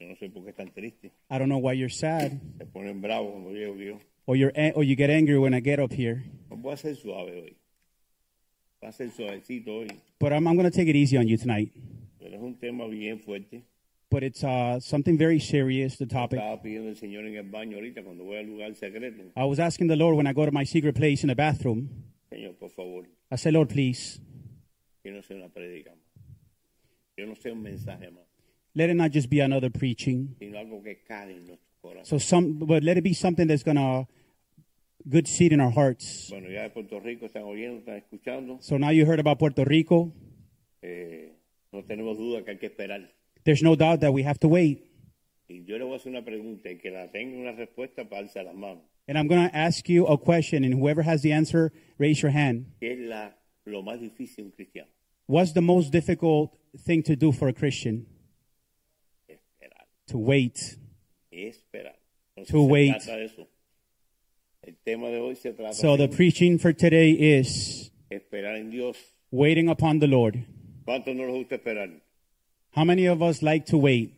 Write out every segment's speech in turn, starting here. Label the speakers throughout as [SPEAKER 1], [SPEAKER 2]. [SPEAKER 1] Yo no sé por qué están tristes.
[SPEAKER 2] I don't know why you're sad
[SPEAKER 1] Se ponen bravos cuando llego yo.
[SPEAKER 2] or you're an- or you get angry when I get up here.
[SPEAKER 1] Voy a ser suave hoy. Va a ser suavecito hoy.
[SPEAKER 2] But I'm, I'm going to take it easy on you tonight.
[SPEAKER 1] Pero es un tema bien fuerte.
[SPEAKER 2] But it's uh, something very serious, the topic.
[SPEAKER 1] Estaba pidiendo al Señor en el baño ahorita cuando voy al lugar secreto.
[SPEAKER 2] I was asking the Lord when I go to my secret place in the bathroom.
[SPEAKER 1] Señor, por favor,
[SPEAKER 2] I said, Lord, please,
[SPEAKER 1] que no sea una predica más. Yo no sea un mensaje más,
[SPEAKER 2] let it not just be another preaching.
[SPEAKER 1] sino algo que cale en nuestro corazón.
[SPEAKER 2] So some, but let it be something that's going to good seed in our hearts.
[SPEAKER 1] Bueno, ya de Puerto Rico están oyendo, están escuchando.
[SPEAKER 2] So now you heard about Puerto Rico.
[SPEAKER 1] Eh, no tenemos duda que hay que esperar.
[SPEAKER 2] There's no doubt that we have to wait.
[SPEAKER 1] Y yo le voy a hacer una pregunta y que la tenga una respuesta, palza las manos.
[SPEAKER 2] And I'm going to ask you a question, and whoever has the answer, raise your hand.
[SPEAKER 1] ¿Qué es la, lo más difícil de un cristiano?
[SPEAKER 2] What's the most difficult thing to do for a Christian?
[SPEAKER 1] Esperar.
[SPEAKER 2] To wait.
[SPEAKER 1] esperar. Entonces,
[SPEAKER 2] To
[SPEAKER 1] se
[SPEAKER 2] wait.
[SPEAKER 1] trata de eso. El tema de hoy se trata
[SPEAKER 2] So
[SPEAKER 1] de
[SPEAKER 2] the preaching for today is
[SPEAKER 1] esperar en Dios.
[SPEAKER 2] waiting upon the Lord.
[SPEAKER 1] ¿Cuánto no les gusta esperar?
[SPEAKER 2] How many of us like to wait?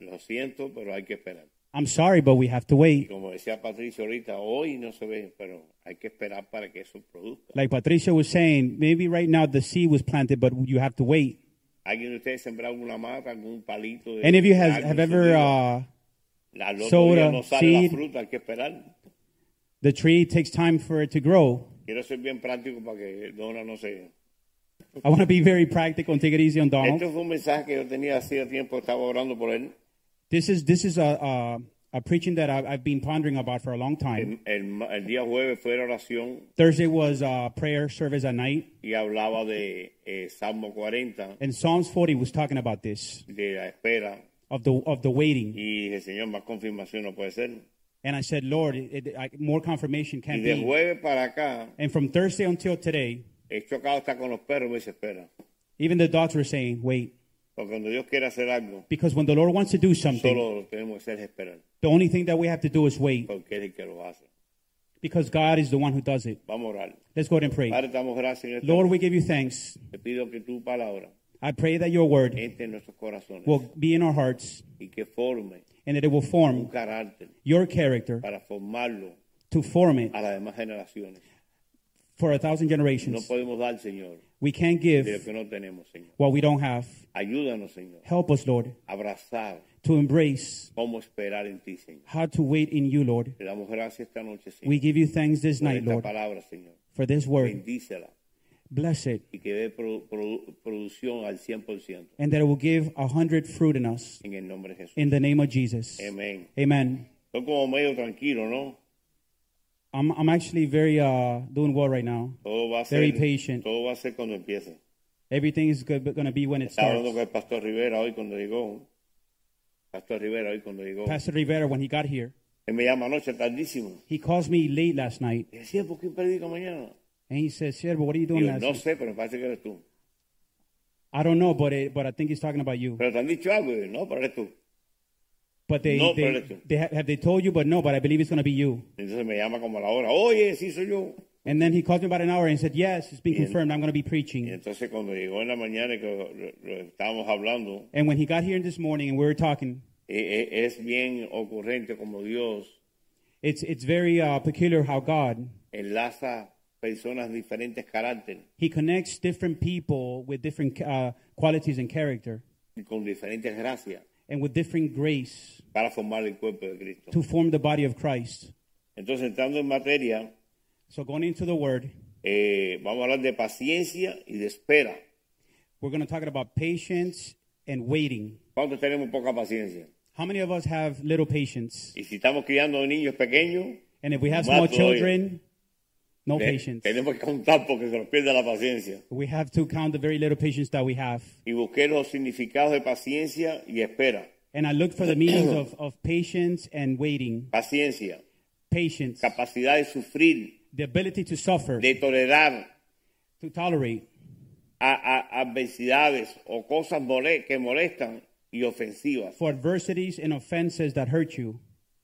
[SPEAKER 1] Lo siento, pero hay que esperar.
[SPEAKER 2] I'm sorry, but we have to
[SPEAKER 1] Y
[SPEAKER 2] wait.
[SPEAKER 1] como decía Patricio ahorita, hoy no se ve, pero hay que esperar para que eso produzca.
[SPEAKER 2] Like Patricia was saying, maybe right now the seed was planted, but you have to wait.
[SPEAKER 1] ¿Alguien de ustedes sembrado una mata con un palito? De,
[SPEAKER 2] Any of you
[SPEAKER 1] de
[SPEAKER 2] has
[SPEAKER 1] árbol
[SPEAKER 2] have ever
[SPEAKER 1] subido?
[SPEAKER 2] uh,
[SPEAKER 1] La al otro
[SPEAKER 2] sowed
[SPEAKER 1] día
[SPEAKER 2] a
[SPEAKER 1] no sale la
[SPEAKER 2] seed?
[SPEAKER 1] fruta, hay que esperar.
[SPEAKER 2] the tree takes time for it to grow.
[SPEAKER 1] Quiero ser bien práctico para que Dona no se...
[SPEAKER 2] I want to be very practical and take it easy on
[SPEAKER 1] Esto
[SPEAKER 2] Donald.
[SPEAKER 1] fue un mensaje que yo tenía hacía tiempo, estaba orando por él.
[SPEAKER 2] This is this is a a, a preaching that I, I've been pondering about for a long time.
[SPEAKER 1] El, el- el día jueves fue la oración
[SPEAKER 2] Thursday was uh, prayer service at night.
[SPEAKER 1] y hablaba de eh, Salmo 40,
[SPEAKER 2] And Psalms 40 was talking about this
[SPEAKER 1] de la espera,
[SPEAKER 2] of the of the waiting.
[SPEAKER 1] y el Señor más confirmación no puede ser.
[SPEAKER 2] And I said, Lord, it, it, I, more confirmation
[SPEAKER 1] Y
[SPEAKER 2] can't
[SPEAKER 1] de
[SPEAKER 2] be.
[SPEAKER 1] jueves para acá,
[SPEAKER 2] And from Thursday until today,
[SPEAKER 1] he chocado hasta con los perros, me dice, espera.
[SPEAKER 2] even the doctors were saying, wait,
[SPEAKER 1] Porque cuando Dios quiere hacer algo,
[SPEAKER 2] because when the Lord wants to do something,
[SPEAKER 1] solo lo tenemos que hacer es esperar,
[SPEAKER 2] the only thing that we have to do is wait,
[SPEAKER 1] porque Él es el que lo hace.
[SPEAKER 2] because God is the one who does it.
[SPEAKER 1] Vamos a orar.
[SPEAKER 2] Let's go ahead and pray.
[SPEAKER 1] Padre, damos gracias en esta
[SPEAKER 2] Lord,
[SPEAKER 1] hora.
[SPEAKER 2] we give you thanks.
[SPEAKER 1] Te pido que tu palabra
[SPEAKER 2] I pray that your word
[SPEAKER 1] entre en nuestros corazones
[SPEAKER 2] will be in our hearts
[SPEAKER 1] y que forme
[SPEAKER 2] and that it will
[SPEAKER 1] un
[SPEAKER 2] form
[SPEAKER 1] carácter
[SPEAKER 2] your character
[SPEAKER 1] para formarlo
[SPEAKER 2] to form it
[SPEAKER 1] a las demás generaciones.
[SPEAKER 2] for a thousand
[SPEAKER 1] No
[SPEAKER 2] generations.
[SPEAKER 1] podemos dar, Señor,
[SPEAKER 2] We can't
[SPEAKER 1] de lo
[SPEAKER 2] give
[SPEAKER 1] que no tenemos, Señor.
[SPEAKER 2] what we don't have.
[SPEAKER 1] Ayúdanos, Señor,
[SPEAKER 2] Help us, Lord,
[SPEAKER 1] a abrazar
[SPEAKER 2] to embrace
[SPEAKER 1] cómo esperar en ti, Señor.
[SPEAKER 2] how to wait in you, Lord.
[SPEAKER 1] Te damos gracias esta noche, Señor,
[SPEAKER 2] We give you thanks this
[SPEAKER 1] por
[SPEAKER 2] night,
[SPEAKER 1] esta
[SPEAKER 2] Lord,
[SPEAKER 1] palabra, Señor.
[SPEAKER 2] for this word.
[SPEAKER 1] Bendícela
[SPEAKER 2] Bless it,
[SPEAKER 1] y que dé produ- produ- producción al 100%
[SPEAKER 2] and that it will give a hundred fruit in us.
[SPEAKER 1] en el nombre de Jesús.
[SPEAKER 2] In the name of Jesus.
[SPEAKER 1] Amén.
[SPEAKER 2] Amen.
[SPEAKER 1] Estoy como medio tranquilo, ¿no?
[SPEAKER 2] I'm, I'm actually very uh, doing well right now.
[SPEAKER 1] Todo va a ser,
[SPEAKER 2] Very patient.
[SPEAKER 1] todo va a ser cuando empiece.
[SPEAKER 2] Everything is good, going to be when it
[SPEAKER 1] Estaba
[SPEAKER 2] starts.
[SPEAKER 1] hablando con el pastor Rivera hoy cuando llegó. Pastor Rivera hoy cuando llegó.
[SPEAKER 2] Pastor Rivera, when he got here,
[SPEAKER 1] Él me llama anoche tardísimo.
[SPEAKER 2] he calls me late last night,
[SPEAKER 1] Y decía, ¿por qué predico mañana?
[SPEAKER 2] and he says, "Siervo, what are you doing
[SPEAKER 1] Digo,
[SPEAKER 2] last
[SPEAKER 1] no
[SPEAKER 2] night?"
[SPEAKER 1] sé, pero me parece que eres tú.
[SPEAKER 2] I don't know, but it, but I think he's talking about you.
[SPEAKER 1] Pero te han dicho algo, Y yo, no, pero eres tú.
[SPEAKER 2] But they
[SPEAKER 1] No,
[SPEAKER 2] they,
[SPEAKER 1] pero-
[SPEAKER 2] they have, have they told you? But no, but I believe it's going to be you.
[SPEAKER 1] Entonces me llama como a la hora, oye, sí soy yo.
[SPEAKER 2] And then he called me about an hour and said, "Yes, it's been
[SPEAKER 1] Bien.
[SPEAKER 2] confirmed. I'm going to be
[SPEAKER 1] Y
[SPEAKER 2] preaching."
[SPEAKER 1] entonces cuando llegó en la mañana y que lo, lo- lo estábamos hablando,
[SPEAKER 2] And when he got here this morning and we were talking,
[SPEAKER 1] eh, eh, es bien ocurrente como Dios
[SPEAKER 2] It's it's very uh, peculiar how God
[SPEAKER 1] enlaza personas de diferentes caracteres
[SPEAKER 2] He connects different people with different uh, qualities and character
[SPEAKER 1] y con diferentes gracias
[SPEAKER 2] and with different grace
[SPEAKER 1] para formar el cuerpo de Cristo.
[SPEAKER 2] to form the body of Christ.
[SPEAKER 1] Entonces entrando en materia,
[SPEAKER 2] So going into the Word,
[SPEAKER 1] eh, vamos a hablar de paciencia y de espera.
[SPEAKER 2] we're going to talk about patience and waiting.
[SPEAKER 1] ¿Cuántos tenemos poca paciencia?
[SPEAKER 2] How many of us have little patience?
[SPEAKER 1] Y si estamos criando niños pequeños,
[SPEAKER 2] And if we have
[SPEAKER 1] Más
[SPEAKER 2] small
[SPEAKER 1] todavía.
[SPEAKER 2] children, no
[SPEAKER 1] te-
[SPEAKER 2] patience.
[SPEAKER 1] tenemos que contar porque se nos pierde la paciencia.
[SPEAKER 2] We have to count the very little patience that we have.
[SPEAKER 1] Y busqué los significados de paciencia y espera.
[SPEAKER 2] And And I looked for the meanings of, of patience and waiting.
[SPEAKER 1] Paciencia,
[SPEAKER 2] Patience,
[SPEAKER 1] capacidad de sufrir,
[SPEAKER 2] the ability to suffer,
[SPEAKER 1] de tolerar
[SPEAKER 2] to tolerate
[SPEAKER 1] a, a- adversidades o cosas mole- que molestan y ofensivas,
[SPEAKER 2] for adversities and offenses that hurt you,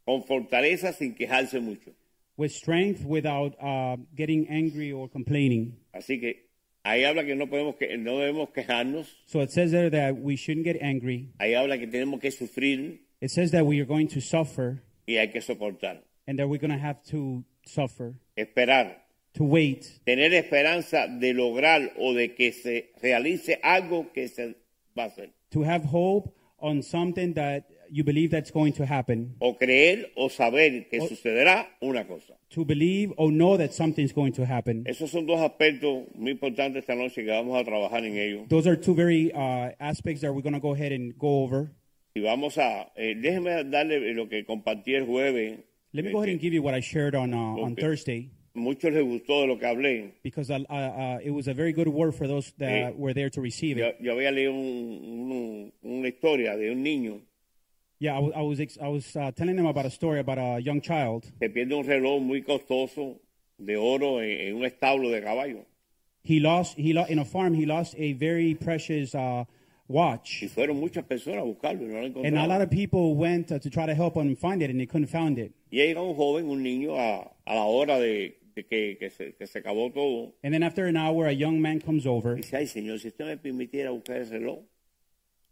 [SPEAKER 1] con fortaleza sin quejarse mucho.
[SPEAKER 2] with strength without uh, getting angry or complaining.
[SPEAKER 1] Así que ahí habla que no, podemos que no debemos quejarnos,
[SPEAKER 2] So it says there that we shouldn't get angry.
[SPEAKER 1] ahí habla que tenemos que sufrir
[SPEAKER 2] It says that we are going to suffer
[SPEAKER 1] y hay que soportar,
[SPEAKER 2] and that we're going to have to suffer,
[SPEAKER 1] esperar,
[SPEAKER 2] to wait,
[SPEAKER 1] tener esperanza de lograr o de que se realice algo que se va a hacer,
[SPEAKER 2] to have hope on something that you believe that's going to happen,
[SPEAKER 1] o creer o saber que sucederá una cosa.
[SPEAKER 2] to believe or know that something's going to happen.
[SPEAKER 1] Esos son dos aspectos muy importantes esta noche que vamos a trabajar en ellos.
[SPEAKER 2] Those are two very uh, aspects that we're going to go ahead and go over.
[SPEAKER 1] Y vamos a, eh, déjeme darle lo que compartí el jueves.
[SPEAKER 2] Let me go ahead and give you what I shared on, uh, on
[SPEAKER 1] Okay.
[SPEAKER 2] Thursday
[SPEAKER 1] Muchos les gustó de lo que hablé.
[SPEAKER 2] because I, I, uh, it was a very good word for those that
[SPEAKER 1] Yeah.
[SPEAKER 2] were there to receive
[SPEAKER 1] Yo,
[SPEAKER 2] it.
[SPEAKER 1] yo había leído un- un- una historia de un niño
[SPEAKER 2] Yeah, I was, I was, ex- I was uh, telling them about a story about a young child.
[SPEAKER 1] que pierde un reloj muy costoso de oro en, en un establo de caballo.
[SPEAKER 2] He lost, he lo- in a farm, he lost a very precious uh, watch.
[SPEAKER 1] Y fueron muchas personas a buscarlo y no lo
[SPEAKER 2] And a lot
[SPEAKER 1] encontraron.
[SPEAKER 2] of people went uh, to try to help him find it, and they couldn't find it.
[SPEAKER 1] Y llega un joven, un niño, a, a la hora de, de que, que se, que se acabó todo.
[SPEAKER 2] And then after an hour, a young man comes over.
[SPEAKER 1] Y dice, ay señor, si usted me permitiera buscar el reloj,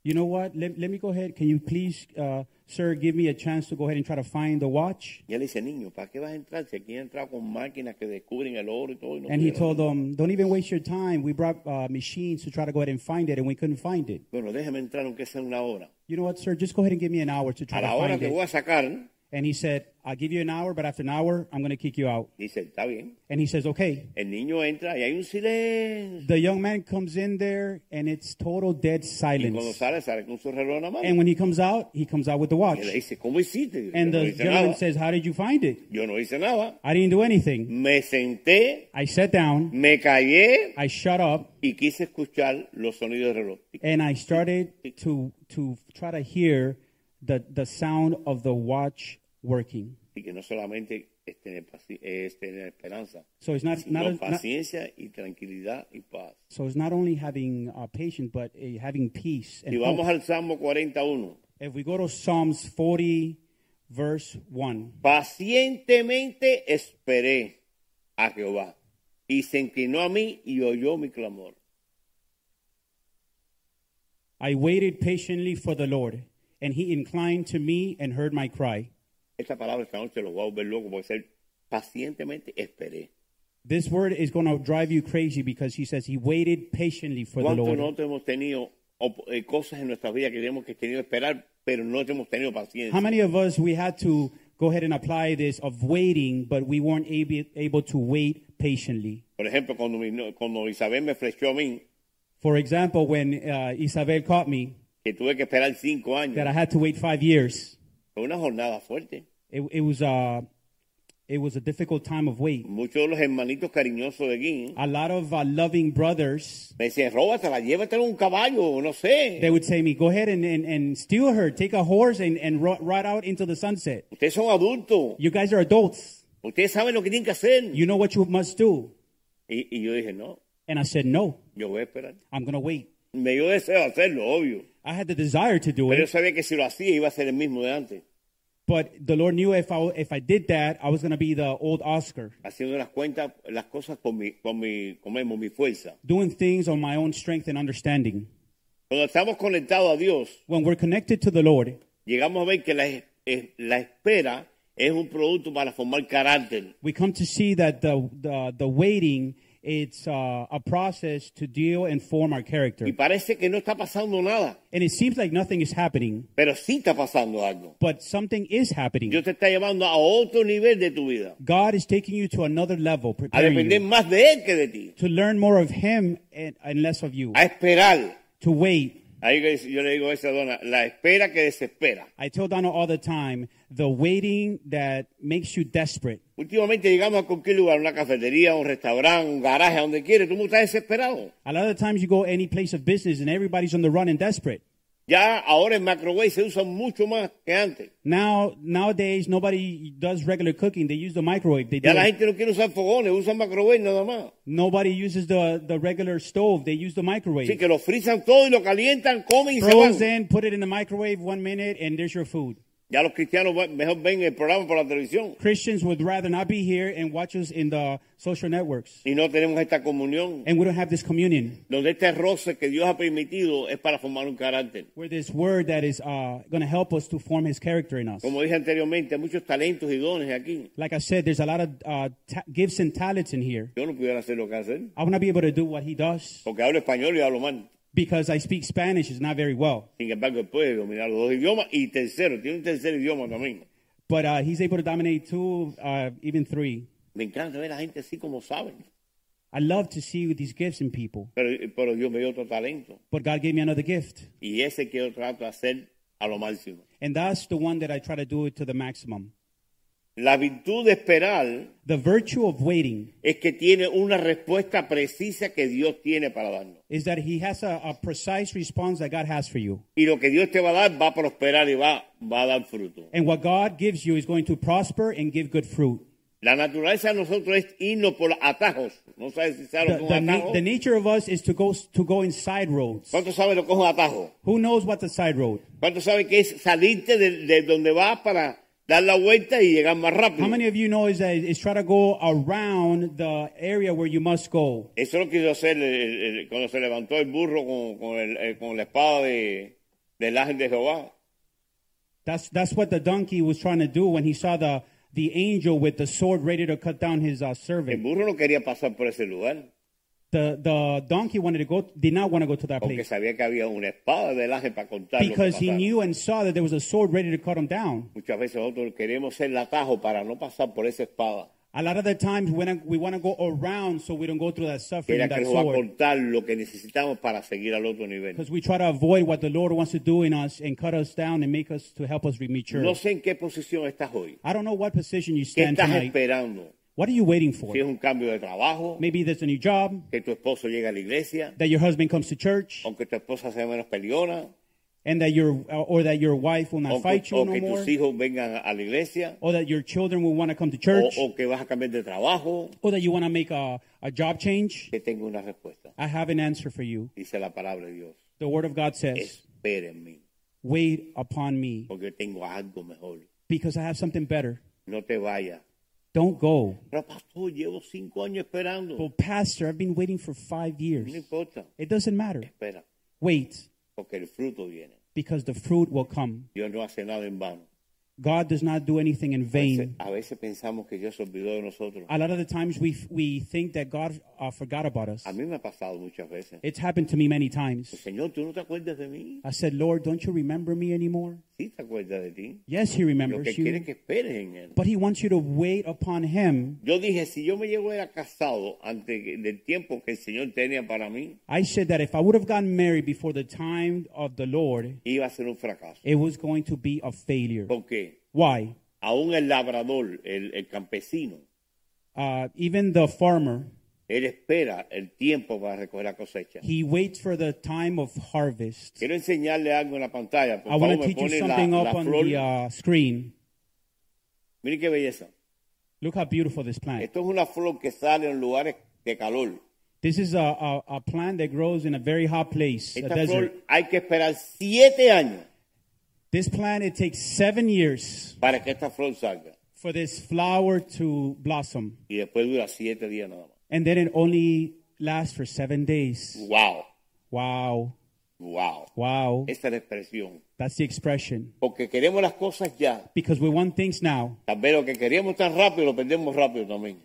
[SPEAKER 2] You know what? Let, let me go ahead. Can you please, uh, sir, give me a chance to go ahead and try to find the watch?
[SPEAKER 1] Y él dice, niño, ¿para qué vas a entrar si aquí he entrado con máquinas que descubren el oro y todo? Y no
[SPEAKER 2] And he
[SPEAKER 1] pudieron?"
[SPEAKER 2] told them, don't even waste your time. We brought uh, machines to try to go ahead and find it, and we couldn't find it.
[SPEAKER 1] Bueno, déjame entrar aunque sea una hora.
[SPEAKER 2] You know what, sir? Just go ahead and give me an hour to
[SPEAKER 1] A
[SPEAKER 2] try to
[SPEAKER 1] la hora
[SPEAKER 2] find
[SPEAKER 1] que voy
[SPEAKER 2] it.
[SPEAKER 1] a sacar,
[SPEAKER 2] And he said, I'll give you an hour, but after an hour, I'm going to kick you out.
[SPEAKER 1] dice, está bien.
[SPEAKER 2] And he says, okay.
[SPEAKER 1] El niño entra y hay un silencio.
[SPEAKER 2] The young man comes in there, and it's total dead
[SPEAKER 1] Y cuando
[SPEAKER 2] silence.
[SPEAKER 1] sale, sale con su reloj en la mano.
[SPEAKER 2] And when he comes out, he comes out with the watch.
[SPEAKER 1] Y le dice, ¿cómo hiciste? Yo
[SPEAKER 2] And
[SPEAKER 1] no
[SPEAKER 2] the
[SPEAKER 1] hice
[SPEAKER 2] gentleman
[SPEAKER 1] nada.
[SPEAKER 2] says, How did you find it?
[SPEAKER 1] Yo no hice nada.
[SPEAKER 2] I didn't do anything.
[SPEAKER 1] Me senté,
[SPEAKER 2] I sat down,
[SPEAKER 1] me callé
[SPEAKER 2] I shut up,
[SPEAKER 1] y quise escuchar los sonidos del reloj.
[SPEAKER 2] and I started to to try to hear the the sound of the watch working.
[SPEAKER 1] Y que no solamente es tener, paci- es tener esperanza,
[SPEAKER 2] So it's not not,
[SPEAKER 1] sino
[SPEAKER 2] a, not
[SPEAKER 1] paciencia y tranquilidad y paz.
[SPEAKER 2] so it's not only having uh, patience, but uh, having peace.
[SPEAKER 1] Y
[SPEAKER 2] And
[SPEAKER 1] vamos
[SPEAKER 2] hope.
[SPEAKER 1] al Salmo 41.
[SPEAKER 2] If we go to Psalms 40, verse one,
[SPEAKER 1] Pacientemente esperé a Jehová y se inclinó a mí y oyó mi clamor.
[SPEAKER 2] I waited patiently for the Lord, and He inclined to me and heard my cry.
[SPEAKER 1] Esta palabra esta noche los va a volver locos porque ser pacientemente esperé.
[SPEAKER 2] This word is going to drive you crazy because He says He waited patiently for the
[SPEAKER 1] ¿Cuánto
[SPEAKER 2] Lord.
[SPEAKER 1] no hemos tenido op- eh, cosas en nuestra vida que tenemos que tenido que esperar, pero no hemos tenido
[SPEAKER 2] How
[SPEAKER 1] paciencia?
[SPEAKER 2] many of us we had to go ahead and apply this of waiting, but we weren't able, able to wait patiently?
[SPEAKER 1] Por ejemplo, cuando, mi no- cuando Isabel me flechó a mí,
[SPEAKER 2] For example, when uh, Isabel caught me,
[SPEAKER 1] que tuve que esperar cinco
[SPEAKER 2] that
[SPEAKER 1] años,
[SPEAKER 2] I had to wait five years.
[SPEAKER 1] fue una jornada fuerte.
[SPEAKER 2] It, it was uh, it was a difficult time of wait.
[SPEAKER 1] Muchos de los hermanitos cariñosos de aquí
[SPEAKER 2] A lot of uh, loving brothers
[SPEAKER 1] me decían, róbatela, llévatela un caballo, no sé.
[SPEAKER 2] they would say to me, "Go ahead and, and, and steal her, take a horse, and and ro- ride out into the sunset.
[SPEAKER 1] Ustedes son adultos.
[SPEAKER 2] You guys are adults.
[SPEAKER 1] Ustedes saben lo que tienen que hacer.
[SPEAKER 2] You know what you must do."
[SPEAKER 1] Y, y yo dije, no,
[SPEAKER 2] And I said, "No,
[SPEAKER 1] yo voy a esperar.
[SPEAKER 2] I'm gonna wait."
[SPEAKER 1] Me dio deseo de hacerlo, obvio.
[SPEAKER 2] I had the desire to do
[SPEAKER 1] Pero
[SPEAKER 2] it.
[SPEAKER 1] yo sabía que si lo hacía iba a ser el mismo de antes.
[SPEAKER 2] But the Lord knew if I if I did that, I was going to be the old Oscar,
[SPEAKER 1] Haciendo las cuentas, las cosas con mi, con mi, con mi- con mi fuerza.
[SPEAKER 2] doing things on my own strength and understanding.
[SPEAKER 1] Cuando estamos conectados a Dios,
[SPEAKER 2] When we're connected to the Lord,
[SPEAKER 1] llegamos a ver que la, es- es- la espera es un producto para formar carácter.
[SPEAKER 2] we come to see that the the, the waiting it's uh, a process to deal and form our character.
[SPEAKER 1] Y parece que no está pasando nada,
[SPEAKER 2] And it seems like nothing is happening,
[SPEAKER 1] pero sí está pasando algo.
[SPEAKER 2] but something is happening.
[SPEAKER 1] Dios te está llevando a otro nivel de tu vida,
[SPEAKER 2] God is taking you to another level,
[SPEAKER 1] a
[SPEAKER 2] preparing
[SPEAKER 1] depender
[SPEAKER 2] you
[SPEAKER 1] más de Él que de ti,
[SPEAKER 2] to learn more of Him and, and less of you.
[SPEAKER 1] a esperar.
[SPEAKER 2] To wait,
[SPEAKER 1] Ahí que yo le digo a esa dona, la espera que desespera.
[SPEAKER 2] I tell Donna all the time, the waiting that makes you desperate.
[SPEAKER 1] Últimamente llegamos a cualquier lugar, una cafetería, un restaurante, un garaje, a donde quieres, tú estás desesperado.
[SPEAKER 2] A lot of times you go any place of business and everybody's on the run and desperate.
[SPEAKER 1] Ya ahora el microwave se usa mucho más que antes.
[SPEAKER 2] Now, nowadays, nobody does regular cooking. They use the microwave. They do
[SPEAKER 1] Ya la
[SPEAKER 2] it.
[SPEAKER 1] gente no quiere usar fogones, usan microwave nada más.
[SPEAKER 2] Nobody uses the, the regular stove. They use the
[SPEAKER 1] Así
[SPEAKER 2] microwave.
[SPEAKER 1] que lo frizan todo y lo calientan, comen y se van.
[SPEAKER 2] Frozen, put it in the microwave one minute, and there's your food.
[SPEAKER 1] Ya los cristianos va- mejor ven el programa por la televisión.
[SPEAKER 2] Christians would rather not be here and watch us in the social networks.
[SPEAKER 1] Y no tenemos esta comunión.
[SPEAKER 2] And we don't have this communion
[SPEAKER 1] Donde este roce que Dios ha permitido es para formar un carácter.
[SPEAKER 2] where this word that is uh, going to help us to form his character in us.
[SPEAKER 1] Como dije anteriormente, hay muchos talentos y dones aquí.
[SPEAKER 2] Like I said, there's a lot of uh, ta- gifts and talents in here.
[SPEAKER 1] Yo no pudiera hacer lo que hacen,
[SPEAKER 2] I want to be able to do what he does
[SPEAKER 1] porque hablo español y hablo mal.
[SPEAKER 2] because I speak Spanish, it's not very well.
[SPEAKER 1] Sin embargo, él puede dominar los dos idiomas y tercero, tiene un tercer idioma también.
[SPEAKER 2] But uh, he's able to dominate two, uh, even three.
[SPEAKER 1] Me encanta ver a la gente así como saben.
[SPEAKER 2] I love to see these gifts in people.
[SPEAKER 1] Pero, pero Dios me dio otro talento.
[SPEAKER 2] But God gave me another gift.
[SPEAKER 1] Y ese que yo trato de hacer a lo máximo.
[SPEAKER 2] And that's the one that I try to do it to the maximum.
[SPEAKER 1] La virtud de esperar
[SPEAKER 2] The virtue of waiting
[SPEAKER 1] es que tiene una respuesta precisa que Dios tiene para darnos.
[SPEAKER 2] is that he has a, a precise response that God has for you.
[SPEAKER 1] Y lo que Dios te va a dar va a prosperar y va, va a dar fruto.
[SPEAKER 2] And what God gives you is going to prosper and give good fruit.
[SPEAKER 1] La naturaleza de nosotros es irnos por atajos. No sabes si sabes
[SPEAKER 2] The,
[SPEAKER 1] lo que es
[SPEAKER 2] the
[SPEAKER 1] un
[SPEAKER 2] na-
[SPEAKER 1] atajo.
[SPEAKER 2] the nature of us is to go s- to go in side roads.
[SPEAKER 1] ¿Cuántos saben lo que es un atajo?
[SPEAKER 2] Who knows what's a side road?
[SPEAKER 1] ¿Cuántos saben que es salirte de, de donde vas para dar la vuelta y llegar más rápido?
[SPEAKER 2] How many of you know is that is try to go around the area where you must go?
[SPEAKER 1] Eso lo quiso hacer el- el- el- cuando se levantó el burro con, con el- eh, con la espada de, del ángel de Jehová.
[SPEAKER 2] That's that's what the donkey was trying to do when he saw the the angel with the sword ready to cut down his uh,
[SPEAKER 1] El
[SPEAKER 2] servant.
[SPEAKER 1] burro no quería pasar por ese lugar
[SPEAKER 2] The the donkey wanted to go did not want to go to that
[SPEAKER 1] porque
[SPEAKER 2] place
[SPEAKER 1] sabía que había una espada del ángel para contar lo que
[SPEAKER 2] because he
[SPEAKER 1] pasaba.
[SPEAKER 2] knew and saw that there was a sword ready to cut him down.
[SPEAKER 1] Muchas veces nosotros queremos ser el atajo para no pasar por esa espada.
[SPEAKER 2] A lot of the times when we want to go around so we don't go through that
[SPEAKER 1] Que
[SPEAKER 2] suffering
[SPEAKER 1] era
[SPEAKER 2] and
[SPEAKER 1] que
[SPEAKER 2] that
[SPEAKER 1] nos va a
[SPEAKER 2] sword
[SPEAKER 1] cortar lo que necesitamos para seguir al otro nivel.
[SPEAKER 2] because we try to avoid what the Lord wants to do in us and cut us down and make us to help us reach mature.
[SPEAKER 1] No sé en qué posición estás hoy.
[SPEAKER 2] I don't know what position you
[SPEAKER 1] ¿Qué
[SPEAKER 2] stand
[SPEAKER 1] estás
[SPEAKER 2] tonight.
[SPEAKER 1] esperando?
[SPEAKER 2] What are you waiting for?
[SPEAKER 1] Si es un cambio de trabajo,
[SPEAKER 2] Maybe there's a new job,
[SPEAKER 1] que tu esposo llegue a la iglesia,
[SPEAKER 2] that your husband comes to church,
[SPEAKER 1] aunque tu esposa sea menos peleona,
[SPEAKER 2] and that your uh, or that your wife will not
[SPEAKER 1] o que,
[SPEAKER 2] fight you
[SPEAKER 1] o
[SPEAKER 2] no
[SPEAKER 1] que
[SPEAKER 2] more,
[SPEAKER 1] tus hijos vengan a- a la iglesia,
[SPEAKER 2] or that your children will want to come to
[SPEAKER 1] o,
[SPEAKER 2] church,
[SPEAKER 1] o que vas a cambiar de trabajo,
[SPEAKER 2] or that you want to make a, a job change.
[SPEAKER 1] que tengo una respuesta.
[SPEAKER 2] I have an answer for you.
[SPEAKER 1] Dice la palabra de Dios.
[SPEAKER 2] The Word of God says,
[SPEAKER 1] Espera en mí,
[SPEAKER 2] "Wait upon me,
[SPEAKER 1] porque yo tengo algo mejor.
[SPEAKER 2] because I have something better."
[SPEAKER 1] No te vayas.
[SPEAKER 2] Don't go.
[SPEAKER 1] Pero pastor, llevo cinco años esperando.
[SPEAKER 2] Well, pastor, I've been waiting for five years.
[SPEAKER 1] No importa.
[SPEAKER 2] It doesn't matter.
[SPEAKER 1] Espera,
[SPEAKER 2] Wait,
[SPEAKER 1] porque el fruto viene.
[SPEAKER 2] because the fruit will come.
[SPEAKER 1] Dios no hace nada en vano.
[SPEAKER 2] God does not do anything in
[SPEAKER 1] A veces,
[SPEAKER 2] vain.
[SPEAKER 1] a veces pensamos que Dios se olvidó de nosotros.
[SPEAKER 2] A lot of the times we we think that God uh, forgot about us.
[SPEAKER 1] A mí me ha pasado muchas veces.
[SPEAKER 2] It's happened to me many times.
[SPEAKER 1] Señor, ¿tú no te acuerdas de mí?
[SPEAKER 2] I said, Lord, don't you remember me anymore?
[SPEAKER 1] Sí te acuerdas de ti.
[SPEAKER 2] Yes, he
[SPEAKER 1] Lo que
[SPEAKER 2] remembers
[SPEAKER 1] quiere es
[SPEAKER 2] you,
[SPEAKER 1] que esperes en él.
[SPEAKER 2] but he wants you to wait upon him.
[SPEAKER 1] Yo dije, si yo me hubiera casado antes que- del tiempo que el Señor tenía para mí,
[SPEAKER 2] I said that if I would have gotten married before the time of the Lord,
[SPEAKER 1] iba a ser un fracaso.
[SPEAKER 2] it was going to be a failure.
[SPEAKER 1] Oh. Porque
[SPEAKER 2] Why?
[SPEAKER 1] aún el labrador, el, el campesino,
[SPEAKER 2] Uh, even the farmer,
[SPEAKER 1] él espera el tiempo para recoger la cosecha.
[SPEAKER 2] he waits for the time of harvest.
[SPEAKER 1] Quiero enseñarle algo en la pantalla. Por
[SPEAKER 2] I want
[SPEAKER 1] favor,
[SPEAKER 2] to
[SPEAKER 1] me
[SPEAKER 2] teach you
[SPEAKER 1] pone la,
[SPEAKER 2] something
[SPEAKER 1] la
[SPEAKER 2] up on
[SPEAKER 1] flor.
[SPEAKER 2] the uh, screen.
[SPEAKER 1] Mire qué belleza.
[SPEAKER 2] Look how beautiful this plant.
[SPEAKER 1] Esto es una flor que sale en lugares de calor.
[SPEAKER 2] This is a, a, a plant that grows in a very hot place, a
[SPEAKER 1] Esta
[SPEAKER 2] desert.
[SPEAKER 1] flor hay que esperar siete años
[SPEAKER 2] This plant, it takes seven years
[SPEAKER 1] para que esta flor salga.
[SPEAKER 2] for this flower to blossom.
[SPEAKER 1] Y después dura siete días nada más.
[SPEAKER 2] And then it only lasts for seven days.
[SPEAKER 1] Wow,
[SPEAKER 2] Wow.
[SPEAKER 1] wow.
[SPEAKER 2] Wow.
[SPEAKER 1] Esa es la expresión.
[SPEAKER 2] That's the expression.
[SPEAKER 1] Porque queremos las cosas ya.
[SPEAKER 2] Because we want things now.
[SPEAKER 1] Tal vez lo que queríamos tan rápido lo perdemos rápido también.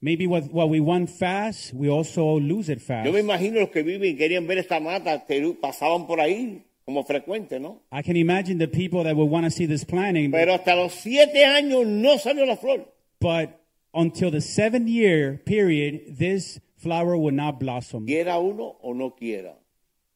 [SPEAKER 2] Maybe what, what we want fast, we also lose it fast.
[SPEAKER 1] Yo me imagino los que viven y querían ver esta mata, te- pasaban por ahí como frecuente, ¿no?
[SPEAKER 2] I can imagine the people that would want to see this planting,
[SPEAKER 1] Pero hasta los siete años no salió la flor.
[SPEAKER 2] but until the seven year period, this flower will not blossom.
[SPEAKER 1] Quiera uno o no quiera.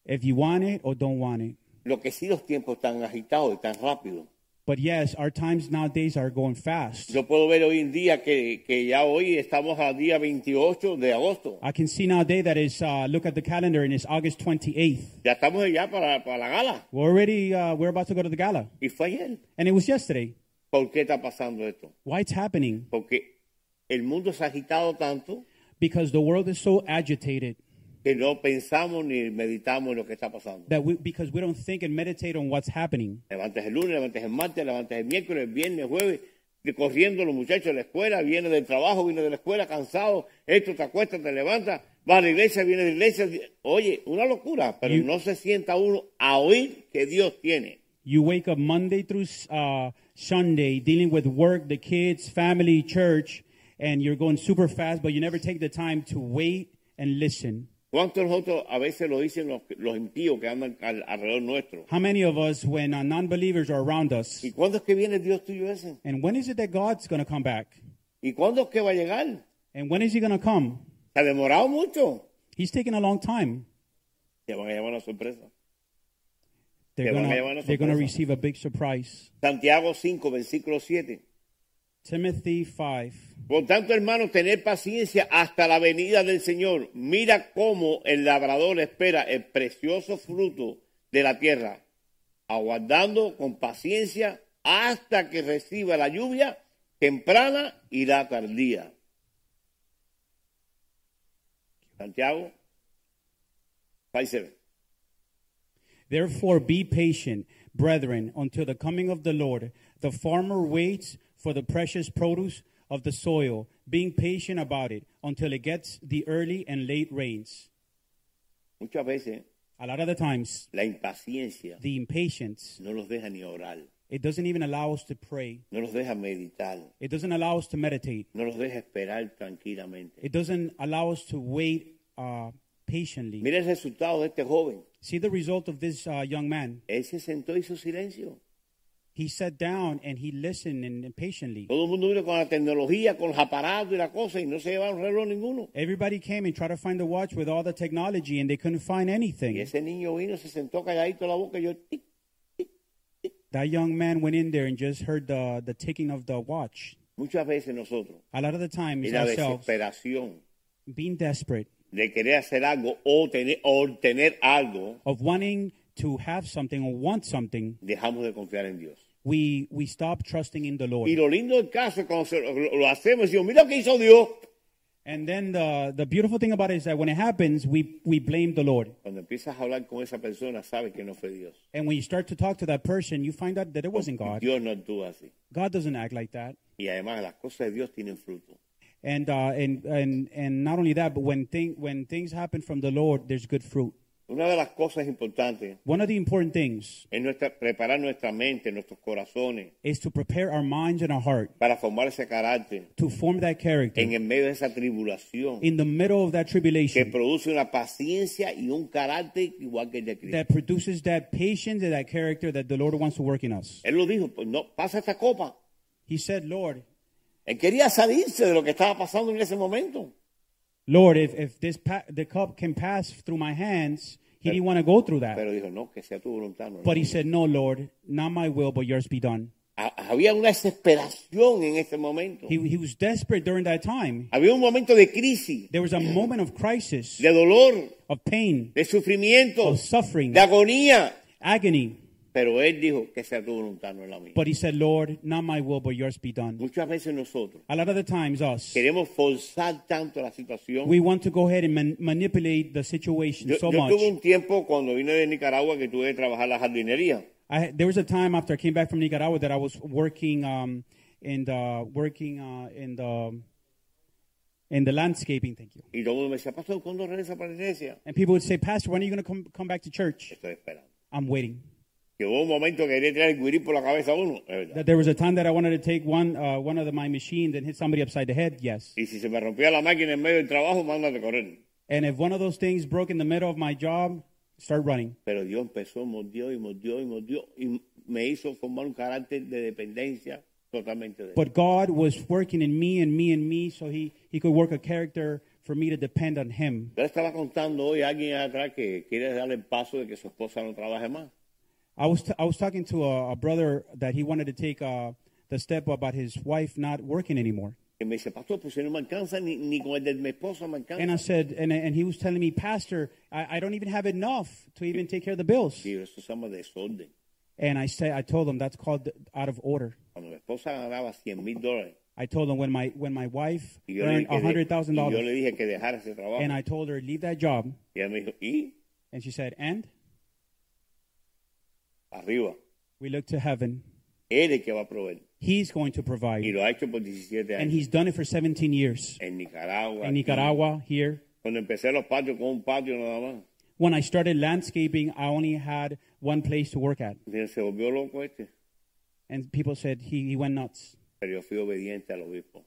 [SPEAKER 2] If you want it or don't want it.
[SPEAKER 1] Lo que sí los tiempos están agitados y tan rápidos.
[SPEAKER 2] But yes, our times nowadays are going fast.
[SPEAKER 1] Yo puedo ver hoy en día que, que ya hoy estamos a día 28 de agosto.
[SPEAKER 2] I can see nowadays that it's, uh, look at the calendar and it's August 28th.
[SPEAKER 1] Ya estamos allá para, para la gala.
[SPEAKER 2] We're already, uh, we're about to go to the gala.
[SPEAKER 1] Y fue ayer.
[SPEAKER 2] And it was yesterday.
[SPEAKER 1] ¿Por qué está pasando esto?
[SPEAKER 2] Why it's happening?
[SPEAKER 1] Porque el mundo se ha agitado tanto
[SPEAKER 2] Because the world is so agitated
[SPEAKER 1] que no pensamos ni meditamos en lo que está pasando.
[SPEAKER 2] that we, because we don't think and meditate on what's happening.
[SPEAKER 1] Levantes el lunes, levantes el martes, levantes el miércoles, el viernes, el jueves, de- corriendo los muchachos de la escuela, viene del trabajo, viene de la escuela cansado, esto te acuestas, te levantas, va a la iglesia, viene de la iglesia. Oye, una locura, pero
[SPEAKER 2] You-
[SPEAKER 1] no se sienta uno a oír que Dios tiene.
[SPEAKER 2] You wake up Monday through uh, Sunday dealing with work, the kids, family, church, and you're going super fast, but you never take the time to wait and listen.
[SPEAKER 1] ¿Cuántos de nosotros a veces lo dicen los, los impíos que andan al- alrededor nuestro?
[SPEAKER 2] How many of us, when uh, non believers are around us,
[SPEAKER 1] ¿Y cuándo es que viene el Dios tuyo ese?
[SPEAKER 2] and when is it that God's going to come back?
[SPEAKER 1] ¿Y cuándo es que va a llegar?
[SPEAKER 2] And when is He going to come?
[SPEAKER 1] ¿Se ha demorado mucho?
[SPEAKER 2] He's taking a long time.
[SPEAKER 1] Te van a llevar una sorpresa. Te
[SPEAKER 2] They're
[SPEAKER 1] van a llevar
[SPEAKER 2] gonna,
[SPEAKER 1] una
[SPEAKER 2] they're gonna
[SPEAKER 1] sorpresa.
[SPEAKER 2] receive a big surprise.
[SPEAKER 1] Santiago 5, versículo 7.
[SPEAKER 2] Timothy 5.
[SPEAKER 1] Por tanto, hermanos, tener paciencia hasta la venida del Señor. Mira cómo el labrador espera el precioso fruto de la tierra, aguardando con paciencia hasta que reciba la lluvia temprana y la tardía. Santiago, Pfizer.
[SPEAKER 2] Therefore, be patient, brethren, until the coming of the Lord. The farmer waits for the precious produce of the soil, being patient about it until it gets the early and late rains.
[SPEAKER 1] Muchas veces
[SPEAKER 2] A lot of the times,
[SPEAKER 1] la impaciencia
[SPEAKER 2] the impatience,
[SPEAKER 1] no los deja ni orar,
[SPEAKER 2] it doesn't even allow us to pray,
[SPEAKER 1] no los deja meditar,
[SPEAKER 2] it doesn't allow us to meditate,
[SPEAKER 1] no los deja esperar tranquilamente.
[SPEAKER 2] it doesn't allow us to wait uh, patiently.
[SPEAKER 1] Mira el resultado de este joven.
[SPEAKER 2] See the result of this uh, young man.
[SPEAKER 1] Él se sentó y hizo silencio.
[SPEAKER 2] He sat down and he listened and, and patiently.
[SPEAKER 1] Todo el mundo vino con la tecnología, con los aparatos y la cosa, y no se llevaron reloj ninguno.
[SPEAKER 2] Everybody came and tried to find the watch with all the technology, and they couldn't find
[SPEAKER 1] Y
[SPEAKER 2] anything.
[SPEAKER 1] ese niño vino, se sentó calladito la boca y yo, tic.
[SPEAKER 2] That young man went in there and just heard the, the ticking of the watch.
[SPEAKER 1] muchas veces nosotros,
[SPEAKER 2] A lot of the time,
[SPEAKER 1] y
[SPEAKER 2] it's
[SPEAKER 1] la
[SPEAKER 2] ourselves
[SPEAKER 1] desesperación
[SPEAKER 2] being desperate,
[SPEAKER 1] de querer hacer algo o tener, o obtener algo,
[SPEAKER 2] of wanting to have something or want something,
[SPEAKER 1] dejamos de confiar en Dios.
[SPEAKER 2] we, we stop trusting in the Lord.
[SPEAKER 1] Y lo lindo del caso es cuando se lo, lo- lo hacemos, decimos, mira lo que hizo Dios.
[SPEAKER 2] And then the, the beautiful thing about it is that when it happens, we, we blame the Lord.
[SPEAKER 1] Cuando empiezas a hablar con esa persona, sabes que no fue Dios.
[SPEAKER 2] And when you start to talk to that person, you find out that it wasn't God.
[SPEAKER 1] Dios no actúa así.
[SPEAKER 2] God doesn't act like that.
[SPEAKER 1] Y además las cosas de Dios tienen fruto.
[SPEAKER 2] And, uh, and, and, and not only that, but when, thing, when things happen from the Lord, there's good fruit.
[SPEAKER 1] Una de las cosas importantes
[SPEAKER 2] One of the important things
[SPEAKER 1] es nuestra, preparar nuestra mente, nuestros corazones,
[SPEAKER 2] is to prepare our minds and our heart
[SPEAKER 1] para formar ese carácter
[SPEAKER 2] to form that character
[SPEAKER 1] en el medio de esa tribulación
[SPEAKER 2] in the middle of that
[SPEAKER 1] que
[SPEAKER 2] tribulation
[SPEAKER 1] produce una paciencia y un carácter igual que el de Cristo.
[SPEAKER 2] that produces that patience and that character that the Lord wants to work in us.
[SPEAKER 1] Él lo dijo, pues no, pasa esta copa.
[SPEAKER 2] He said, Lord,
[SPEAKER 1] Él quería salirse de lo que estaba pasando en ese momento.
[SPEAKER 2] Lord, if, if this pa- the cup can pass through my hands, he didn't want to go through that.
[SPEAKER 1] Pero dijo, no, que sea tu voluntad. no, no.
[SPEAKER 2] But he said, No, Lord, not my will, but yours be done.
[SPEAKER 1] Ha- Había una desesperación en ese momento.
[SPEAKER 2] He, he was desperate during that time.
[SPEAKER 1] Había un momento de crisis,
[SPEAKER 2] There was a moment of crisis,
[SPEAKER 1] de dolor,
[SPEAKER 2] of pain,
[SPEAKER 1] de sufrimiento,
[SPEAKER 2] of suffering,
[SPEAKER 1] de agonía.
[SPEAKER 2] agony.
[SPEAKER 1] Pero él dijo, que sea tu voluntad, no la mía.
[SPEAKER 2] But he said, Lord, not my will, but yours be done.
[SPEAKER 1] Muchas veces nosotros
[SPEAKER 2] A lot of the times, us.
[SPEAKER 1] queremos forzar tanto la situación
[SPEAKER 2] We want to go ahead and man- manipulate the situation
[SPEAKER 1] Yo,
[SPEAKER 2] so
[SPEAKER 1] yo
[SPEAKER 2] much.
[SPEAKER 1] tuve un tiempo cuando vine de Nicaragua que tuve que trabajar la jardinería.
[SPEAKER 2] I, there was a time after I came back from Nicaragua that I was working um, in the working uh, in the in the landscaping. Thank you.
[SPEAKER 1] Y todo el mundo me decía, Pastor, ¿cuándo regresa para la iglesia?
[SPEAKER 2] And people would say, Pastor, when are you going to come come back to church?
[SPEAKER 1] Estoy esperando.
[SPEAKER 2] I'm waiting.
[SPEAKER 1] Que hubo un momento que quería tirar el guirí por la cabeza a uno. Es verdad.
[SPEAKER 2] That there was a time that I wanted to take one uh, one of the, my machines and hit somebody upside the head. Yes.
[SPEAKER 1] Y si se me rompía la máquina en medio del trabajo, mándate a correr.
[SPEAKER 2] And if one of those things broke in the middle of my job, start running.
[SPEAKER 1] Pero Dios empezó, mordió y mordió y mordió. Y me hizo formar un carácter de dependencia totalmente de él.
[SPEAKER 2] But God was working in me and me and me, so He He could work a character for me to depend on Him.
[SPEAKER 1] Yo le estaba contando hoy a alguien atrás que quiere darle el paso de que su esposa no trabaje más.
[SPEAKER 2] I was, t- I was talking to a, a brother that he wanted to take uh, the step about his wife not working anymore.
[SPEAKER 1] Y me dice, pastor, pues si no me alcanza, ni, ni con el de mi esposa me alcanza.
[SPEAKER 2] And I said, and, and he was telling me, Pastor, I, I don't even have enough to even take care of the bills.
[SPEAKER 1] Digo, eso se llama desorden.
[SPEAKER 2] And I said, I told him that's called out of order.
[SPEAKER 1] Cuando mi esposa ganaba 100 mil dólares,
[SPEAKER 2] I told him when my when my wife
[SPEAKER 1] y yo, le dije,
[SPEAKER 2] earned
[SPEAKER 1] que de-
[SPEAKER 2] hundred thousand
[SPEAKER 1] y yo le
[SPEAKER 2] dollars,
[SPEAKER 1] dije que dejara ese trabajo.
[SPEAKER 2] and I told her leave that job,
[SPEAKER 1] y ella me dijo, y
[SPEAKER 2] and she said, and
[SPEAKER 1] arriba,
[SPEAKER 2] we look to heaven.
[SPEAKER 1] él es que va a proveer.
[SPEAKER 2] He's going to
[SPEAKER 1] Y
[SPEAKER 2] provide,
[SPEAKER 1] lo ha hecho por 17
[SPEAKER 2] and
[SPEAKER 1] años.
[SPEAKER 2] he's done it for 17 years
[SPEAKER 1] en Nicaragua.
[SPEAKER 2] in
[SPEAKER 1] aquí.
[SPEAKER 2] Nicaragua. Here,
[SPEAKER 1] Cuando empecé los patios con un patio nada más.
[SPEAKER 2] when I started landscaping, I only had one place to work at,
[SPEAKER 1] Mira, Se volvió loco este.
[SPEAKER 2] and people said he, he went nuts.
[SPEAKER 1] Pero yo fui obediente al obispo.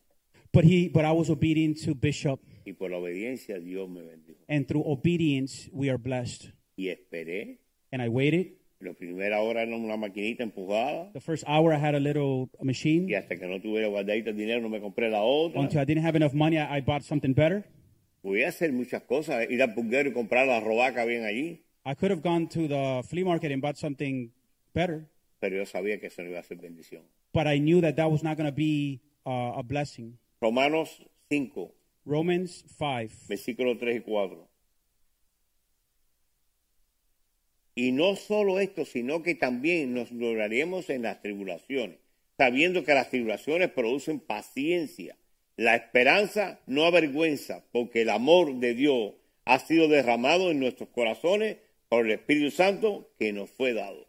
[SPEAKER 2] But he, but I was obedient to Bishop,
[SPEAKER 1] Y por la obediencia Dios me bendijo.
[SPEAKER 2] and through obedience we are blessed.
[SPEAKER 1] Y esperé.
[SPEAKER 2] And I waited.
[SPEAKER 1] La primera hora era una maquinita empujada.
[SPEAKER 2] The first hour I had a little machine.
[SPEAKER 1] Y hasta que no tuviera guardadita el dinero, no me compré la otra.
[SPEAKER 2] Until I didn't have enough money, I, I bought something better.
[SPEAKER 1] Podía hacer muchas cosas. Ir al pulguero y comprar la robaca bien allí.
[SPEAKER 2] I could have gone to the flea market and bought something better,
[SPEAKER 1] Pero yo sabía que eso no iba a ser bendición.
[SPEAKER 2] but I knew that that was not going to be uh, a blessing.
[SPEAKER 1] Romanos 5,
[SPEAKER 2] Romans 5.
[SPEAKER 1] versículos 3 y 4. Y no solo esto, sino que también nos lograremos en las tribulaciones, sabiendo que las tribulaciones producen paciencia. La esperanza no avergüenza, porque el amor de Dios ha sido derramado en nuestros corazones por el Espíritu Santo que nos fue dado.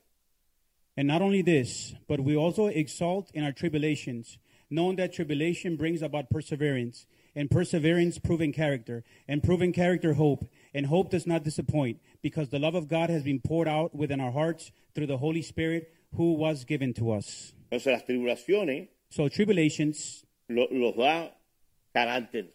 [SPEAKER 2] And not only this, but we also exalt in our tribulations, knowing that tribulation brings about perseverance, and perseverance proven character, and proven character hope, and hope does not disappoint, because the love of God has been poured out within our hearts through the Holy Spirit who was given to us.
[SPEAKER 1] Entonces las tribulaciones
[SPEAKER 2] So tribulations
[SPEAKER 1] lo- los da carácter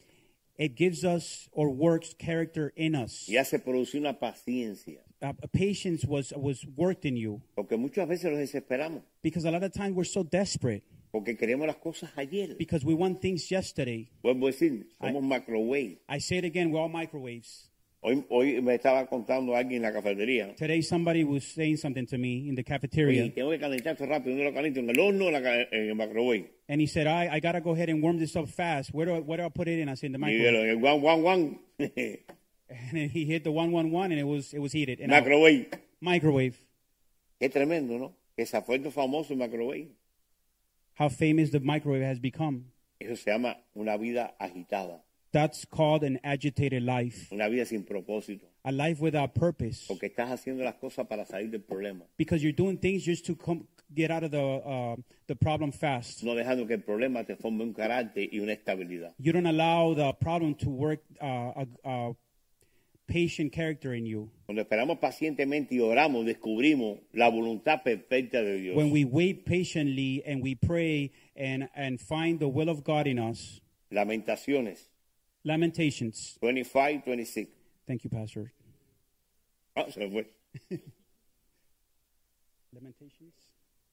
[SPEAKER 2] it gives us or works character in us.
[SPEAKER 1] y hace producir una paciencia,
[SPEAKER 2] Uh, patience was uh, was worked in you
[SPEAKER 1] porque muchas veces los desesperamos.
[SPEAKER 2] because a lot of times we're so desperate
[SPEAKER 1] Porque queremos las cosas ayer.
[SPEAKER 2] because we want things yesterday.
[SPEAKER 1] Vuelvo a decir, somos microwave.
[SPEAKER 2] I say it again, we're all microwaves.
[SPEAKER 1] Hoy, hoy me estaba contando alguien en la cafetería.
[SPEAKER 2] Today somebody was saying something to me in the cafeteria
[SPEAKER 1] Oye, tengo que calentar esto rápido, no lo caliento en el horno o en la ca- en el microwave.
[SPEAKER 2] and he said, "I I gotta go ahead and warm this up fast. Where do I, where do I put it in?" I said, "In the
[SPEAKER 1] Y
[SPEAKER 2] microwave."
[SPEAKER 1] dijeron, el guan, guan, guan,
[SPEAKER 2] And then he hit the one one one and it was it was heated and out.
[SPEAKER 1] microwave.
[SPEAKER 2] microwave.
[SPEAKER 1] Qué tremendo, ¿no? Que se ha puesto famoso el microwave.
[SPEAKER 2] How famous the microwave has become.
[SPEAKER 1] Eso se llama una vida agitada,
[SPEAKER 2] That's called an agitated life,
[SPEAKER 1] una vida sin propósito.
[SPEAKER 2] a life without purpose.
[SPEAKER 1] Porque estás haciendo las cosas para salir del problema,
[SPEAKER 2] because you're doing things just to come get out of the uh, the problem fast.
[SPEAKER 1] no dejando que el problema te forme un carácter y una estabilidad.
[SPEAKER 2] You don't allow the problem to work uh, a, a patient character in you.
[SPEAKER 1] Cuando esperamos pacientemente y oramos, descubrimos la voluntad perfecta de Dios.
[SPEAKER 2] When we wait patiently and we pray and and find the will of God in us.
[SPEAKER 1] Lamentaciones
[SPEAKER 2] Lamentations.
[SPEAKER 1] 25, 26.
[SPEAKER 2] Thank you, Pastor.
[SPEAKER 1] Ah, se me fue.
[SPEAKER 2] Lamentations.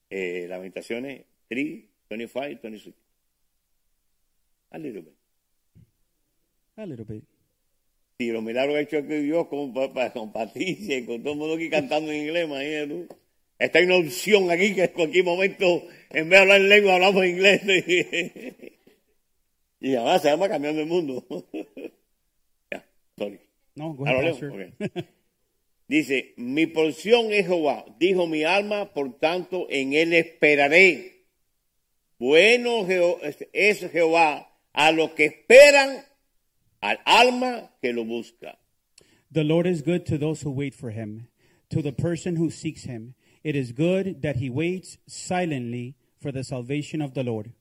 [SPEAKER 1] Eh, Lamentaciones 3, 25, 26. A little bit.
[SPEAKER 2] A little bit.
[SPEAKER 1] Si los milagros hechos que Dios con, pa- pa- con Patricia y con todo el mundo aquí cantando en inglés, imagínate tú. Está hay una opción aquí que en cualquier momento, en vez de hablar en lengua, hablamos en inglés. y además se llama cambiando el mundo. ya, sorry.
[SPEAKER 2] No, go
[SPEAKER 1] Ah,
[SPEAKER 2] ahead,
[SPEAKER 1] lo leo,
[SPEAKER 2] Pastor.
[SPEAKER 1] ok. Dice, mi porción es Jehová, dijo mi alma, por tanto en él esperaré. Bueno Jeho- es- es Jehová a los que esperan, al alma que lo busca.
[SPEAKER 2] The Lord is good to those who wait for him, to the person who seeks him. It is good that he waits silently for the salvation of the Lord.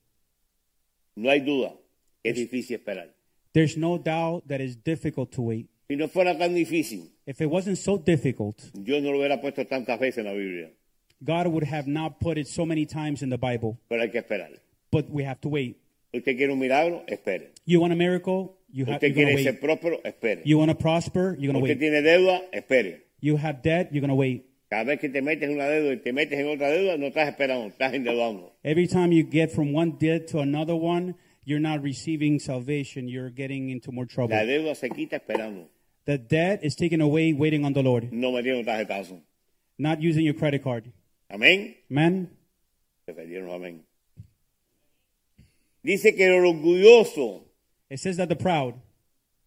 [SPEAKER 1] No hay duda, es difícil esperar.
[SPEAKER 2] There's no doubt that it's difficult to wait.
[SPEAKER 1] Si no fuera tan difícil,
[SPEAKER 2] If it wasn't so difficult,
[SPEAKER 1] yo no lo hubiera puesto tantas veces en la Biblia,
[SPEAKER 2] God would have not put it so many times in the Bible.
[SPEAKER 1] pero hay que esperar.
[SPEAKER 2] But we have to wait.
[SPEAKER 1] Usted quiere un milagro, espere.
[SPEAKER 2] You want a miracle? Ah, You have to
[SPEAKER 1] Usted quiere ser
[SPEAKER 2] wait.
[SPEAKER 1] próspero, espere.
[SPEAKER 2] You want to prosper? You're gonna
[SPEAKER 1] Usted
[SPEAKER 2] wait.
[SPEAKER 1] tiene deuda, espere.
[SPEAKER 2] You have debt? You're gonna wait.
[SPEAKER 1] Cada vez que te metes en una deuda y te metes en otra deuda, no estás esperando, estás endeudando.
[SPEAKER 2] Every time you get from one debt to another one, you're not receiving salvation. You're getting into more trouble.
[SPEAKER 1] La deuda se quita esperando,
[SPEAKER 2] The debt is taken away, waiting on the Lord,
[SPEAKER 1] no metiendo tarjetazo.
[SPEAKER 2] not using your credit card.
[SPEAKER 1] Amén.
[SPEAKER 2] Amen.
[SPEAKER 1] Se perdieron, amén. Dice que el orgulloso,
[SPEAKER 2] It says that the proud,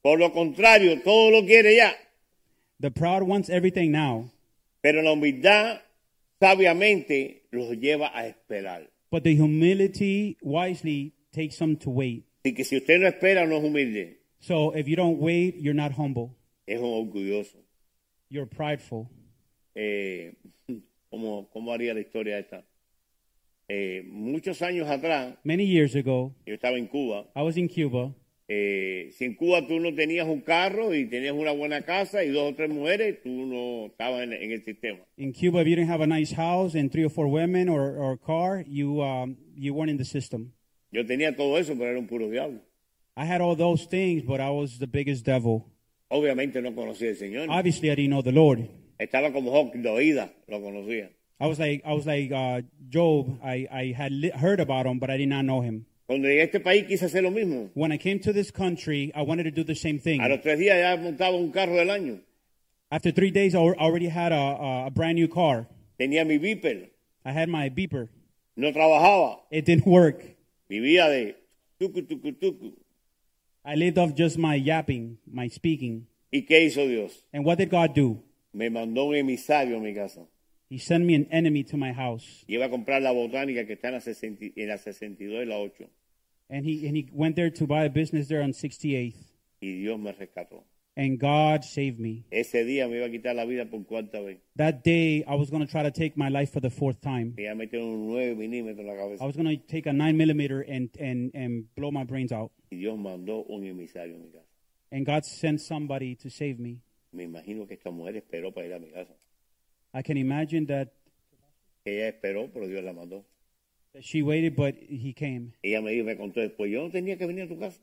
[SPEAKER 1] por lo contrario, todo lo quiere ya.
[SPEAKER 2] the proud wants everything now,
[SPEAKER 1] Pero la humildad sabiamente los lleva a esperar.
[SPEAKER 2] but the humility wisely takes some to wait.
[SPEAKER 1] Así que si usted no espera, no es humilde,
[SPEAKER 2] So if you don't wait, you're not humble.
[SPEAKER 1] es un orgulloso.
[SPEAKER 2] You're prideful.
[SPEAKER 1] Eh, ¿cómo, cómo haría la historia esta? Eh, muchos años atrás,
[SPEAKER 2] Many years ago,
[SPEAKER 1] yo estaba en Cuba.
[SPEAKER 2] I was in Cuba.
[SPEAKER 1] Eh, si en Cuba tú no tenías un carro y tenías una buena casa y dos o tres mujeres, tú no estabas en, en el sistema.
[SPEAKER 2] In Cuba, if you didn't have a nice house and three or four women or, or a car, you, um, you weren't in the system.
[SPEAKER 1] Yo tenía todo eso, pero era un puro diablo.
[SPEAKER 2] I had all those things, but I was the biggest devil.
[SPEAKER 1] Obviamente no conocía al Señor.
[SPEAKER 2] Obviously, I didn't know the Lord.
[SPEAKER 1] Estaba como Job de oída, lo conocía.
[SPEAKER 2] I was like, I was like uh, Job. I, I had li- heard about him, but I did not know him.
[SPEAKER 1] Cuando llegué a este país quise hacer lo mismo.
[SPEAKER 2] When I came to this country, I wanted to do the same thing.
[SPEAKER 1] A los tres días ya montaba un carro del año.
[SPEAKER 2] After three days, I al- already had a- a, a brand new car.
[SPEAKER 1] Tenía mi viper,
[SPEAKER 2] I had my beeper.
[SPEAKER 1] no trabajaba,
[SPEAKER 2] It didn't work.
[SPEAKER 1] vivía de tucu, tucu, tucu.
[SPEAKER 2] I lived off just my yapping, my speaking.
[SPEAKER 1] ¿Y qué hizo Dios?
[SPEAKER 2] And what did God do?
[SPEAKER 1] Me mandó un emisario a mi casa.
[SPEAKER 2] He sent me an enemy to my house.
[SPEAKER 1] Y iba a comprar la botánica que está en la, 60 y- en la 62 y la 8.
[SPEAKER 2] And he, and he went there to buy a business there on 68th.
[SPEAKER 1] Y Dios me rescató.
[SPEAKER 2] And God saved me.
[SPEAKER 1] Ese día me iba a quitar la vida por cuarta vez.
[SPEAKER 2] That day, I was going to try to take my life for the fourth time.
[SPEAKER 1] Me iba a meter un 9 milímetros en la
[SPEAKER 2] I
[SPEAKER 1] cabeza.
[SPEAKER 2] was going to take a 9 millimeter and, and, and blow my brains out.
[SPEAKER 1] Y Dios mandó un emisario a mi casa.
[SPEAKER 2] And God sent somebody to save me.
[SPEAKER 1] Me imagino que esta mujer esperó para ir a mi casa.
[SPEAKER 2] I can imagine that,
[SPEAKER 1] Ella esperó, pero Dios la mandó.
[SPEAKER 2] that she waited, but he came.
[SPEAKER 1] Ella me dijo, me contó después, yo no tenía que venir a tu casa.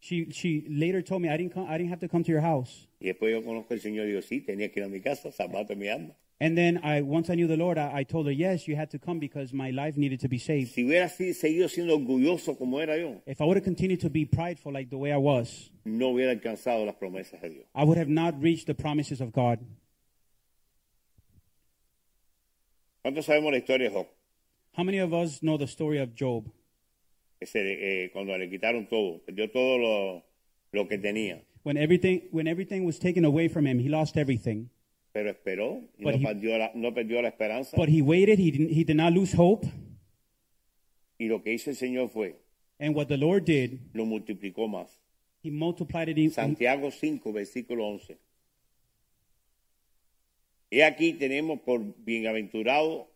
[SPEAKER 2] She, she later told me, I didn't, come, I didn't have to come to your house.
[SPEAKER 1] Y después yo conozco al Señor y digo, sí, tenía que ir a mi casa, salvate mi alma.
[SPEAKER 2] And then I, once I knew the Lord, I, I told her, yes, you had to come because my life needed to be saved.
[SPEAKER 1] Si hubiera si- seguido siendo orgulloso como era yo,
[SPEAKER 2] If I would have continued to be prideful like the way I was,
[SPEAKER 1] no hubiera alcanzado las promesas de Dios.
[SPEAKER 2] I would have not reached the promises of God.
[SPEAKER 1] ¿Cuántos sabemos la historia de Job?
[SPEAKER 2] How many of us know the story of Job?
[SPEAKER 1] Que se le- eh, cuando le quitaron todo, perdió todo lo, lo que tenía.
[SPEAKER 2] When everything, when everything was taken away from him, he lost everything.
[SPEAKER 1] Pero esperó y no,
[SPEAKER 2] But he-
[SPEAKER 1] perdió la, no perdió la esperanza.
[SPEAKER 2] But he waited. He, didn't, he did not lose hope.
[SPEAKER 1] y lo que hizo el Señor fue,
[SPEAKER 2] And what the Lord did,
[SPEAKER 1] lo multiplicó más.
[SPEAKER 2] he multiplied it. In,
[SPEAKER 1] Santiago 5, versículo 11. Y aquí tenemos por bienaventurado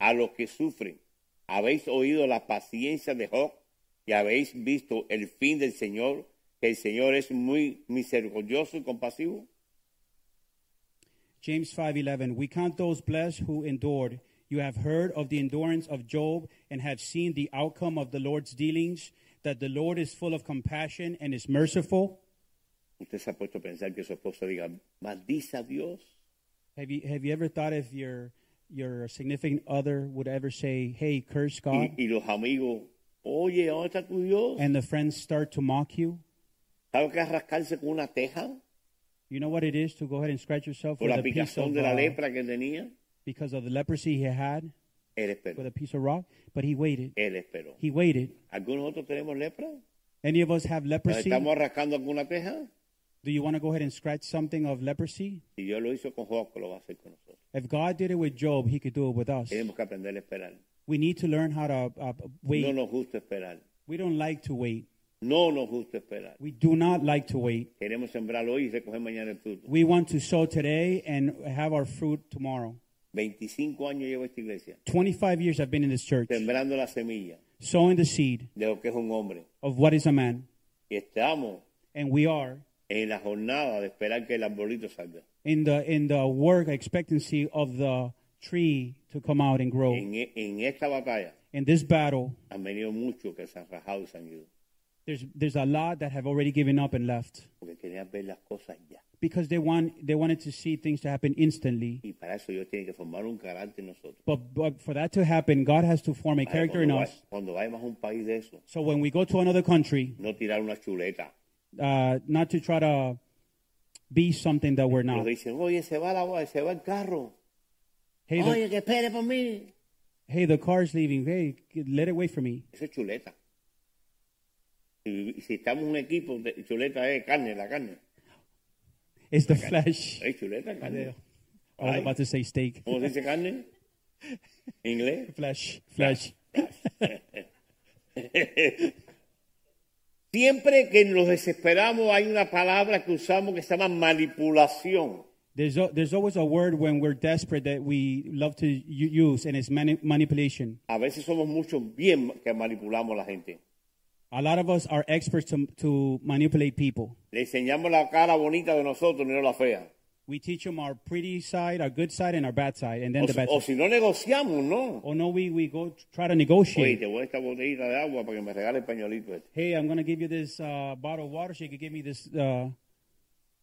[SPEAKER 1] a los que sufren. Habéis oído la paciencia de Job y habéis visto el fin del Señor, que el Señor es muy misericordioso y compasivo.
[SPEAKER 2] James 5:11. We count those blessed who endured. You have heard of the endurance of Job and have seen the outcome of the Lord's dealings, that the Lord is full of compassion and is merciful.
[SPEAKER 1] Usted se ha puesto a pensar que su esposa diga, maldice a Dios.
[SPEAKER 2] Have you have you ever thought if your your significant other would ever say, "Hey, curse God,"
[SPEAKER 1] Y, y los amigos, oye, ¿dónde está tu Dios?
[SPEAKER 2] and the friends start to mock you?
[SPEAKER 1] ¿Sabes qué es rascarse con una teja?
[SPEAKER 2] You know what it is to go ahead and scratch yourself
[SPEAKER 1] Por
[SPEAKER 2] with
[SPEAKER 1] la
[SPEAKER 2] a piece
[SPEAKER 1] picazón
[SPEAKER 2] of
[SPEAKER 1] de la
[SPEAKER 2] uh,
[SPEAKER 1] lepra que tenía.
[SPEAKER 2] because of the leprosy he had
[SPEAKER 1] Él
[SPEAKER 2] with
[SPEAKER 1] esperó.
[SPEAKER 2] a piece of rock, but he waited.
[SPEAKER 1] Él esperó.
[SPEAKER 2] He waited.
[SPEAKER 1] ¿Algunos otros tenemos lepra?
[SPEAKER 2] Any of us have
[SPEAKER 1] ¿Nos
[SPEAKER 2] leprosy?
[SPEAKER 1] estamos rascando alguna teja?
[SPEAKER 2] Do you want to go ahead and scratch something of leprosy?
[SPEAKER 1] Si Dios lo hizo con Job, lo va a hacer con nosotros.
[SPEAKER 2] If God did it with Job, he could do it with us.
[SPEAKER 1] Tenemos que aprender a esperar.
[SPEAKER 2] We need to learn how to uh, wait.
[SPEAKER 1] No nos gusta esperar.
[SPEAKER 2] We don't like to wait.
[SPEAKER 1] No nos gusta esperar.
[SPEAKER 2] We do not like to wait.
[SPEAKER 1] Queremos sembrar hoy y recoger mañana el fruto.
[SPEAKER 2] We want to sow today and have our fruit tomorrow.
[SPEAKER 1] 25 años llevo esta iglesia
[SPEAKER 2] 25 years I've been in this church,
[SPEAKER 1] sembrando la semilla
[SPEAKER 2] sowing the seed
[SPEAKER 1] de lo que es un hombre.
[SPEAKER 2] of what is a man.
[SPEAKER 1] Y estamos
[SPEAKER 2] And we are
[SPEAKER 1] en la jornada de esperar que el arbolito salga.
[SPEAKER 2] in the in the work expectancy of the tree to come out and grow.
[SPEAKER 1] En, e- en esta batalla
[SPEAKER 2] In this battle,
[SPEAKER 1] han venido muchos que se han rajado y se han ido.
[SPEAKER 2] there's there's a lot that have already given up and left
[SPEAKER 1] Porque querían ver las cosas ya.
[SPEAKER 2] because they want they wanted to see things to happen instantly.
[SPEAKER 1] Y para eso Dios tiene que formar un carácter en nosotros.
[SPEAKER 2] But, but for that to happen, God has to form a
[SPEAKER 1] Para
[SPEAKER 2] character in
[SPEAKER 1] cuando,
[SPEAKER 2] us.
[SPEAKER 1] vay- cuando vayamos a un país de eso,
[SPEAKER 2] So when we go to another country,
[SPEAKER 1] no tirar una chuleta.
[SPEAKER 2] uh, not to try to be something that we're
[SPEAKER 1] Nos
[SPEAKER 2] not.
[SPEAKER 1] dicen, oye, se va, la, se va el carro.
[SPEAKER 2] Hey, the,
[SPEAKER 1] Oye, que espere por mí.
[SPEAKER 2] hey, the car's leaving. Hey, let it wait for me.
[SPEAKER 1] Eso es chuleta. Y, y si estamos en un equipo, de- chuleta es carne, la carne.
[SPEAKER 2] It's the flesh.
[SPEAKER 1] Es chuleta, carne.
[SPEAKER 2] I was about to say steak.
[SPEAKER 1] ¿Cómo se dice carne? ¿En inglés?
[SPEAKER 2] Flesh, flesh.
[SPEAKER 1] Siempre que nos desesperamos hay una palabra que usamos que se llama manipulación.
[SPEAKER 2] There's a, there's always a word when we're desperate that we love to u- use, and it's mani- manipulation.
[SPEAKER 1] A veces somos muchos bien que manipulamos a la gente.
[SPEAKER 2] A lot of us are experts to, to manipulate people.
[SPEAKER 1] Le enseñamos la cara bonita de nosotros, no la fea.
[SPEAKER 2] We teach them our pretty side, our good side, and our bad side, and then
[SPEAKER 1] O,
[SPEAKER 2] the
[SPEAKER 1] si-
[SPEAKER 2] bad
[SPEAKER 1] o
[SPEAKER 2] side.
[SPEAKER 1] si no negociamos, no.
[SPEAKER 2] Oh no, we, we go try to
[SPEAKER 1] Oye,
[SPEAKER 2] negotiate.
[SPEAKER 1] te voy a esta botellita de agua para que me regale el pañuelito este.
[SPEAKER 2] Hey, I'm gonna give you this uh, bottle of water. She could give me this. Uh,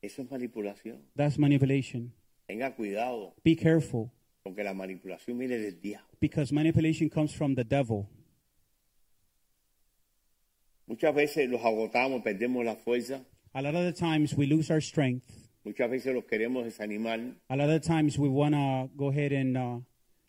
[SPEAKER 1] Eso es manipulación.
[SPEAKER 2] that's manipulation.
[SPEAKER 1] Tenga cuidado,
[SPEAKER 2] Be careful,
[SPEAKER 1] porque la manipulación viene del diablo.
[SPEAKER 2] because manipulation comes from the devil.
[SPEAKER 1] Muchas veces los agotamos, perdemos la fuerza.
[SPEAKER 2] A lot of the times we lose our strength.
[SPEAKER 1] Muchas veces los queremos desanimar.
[SPEAKER 2] A lot of the times we wanna go ahead and uh,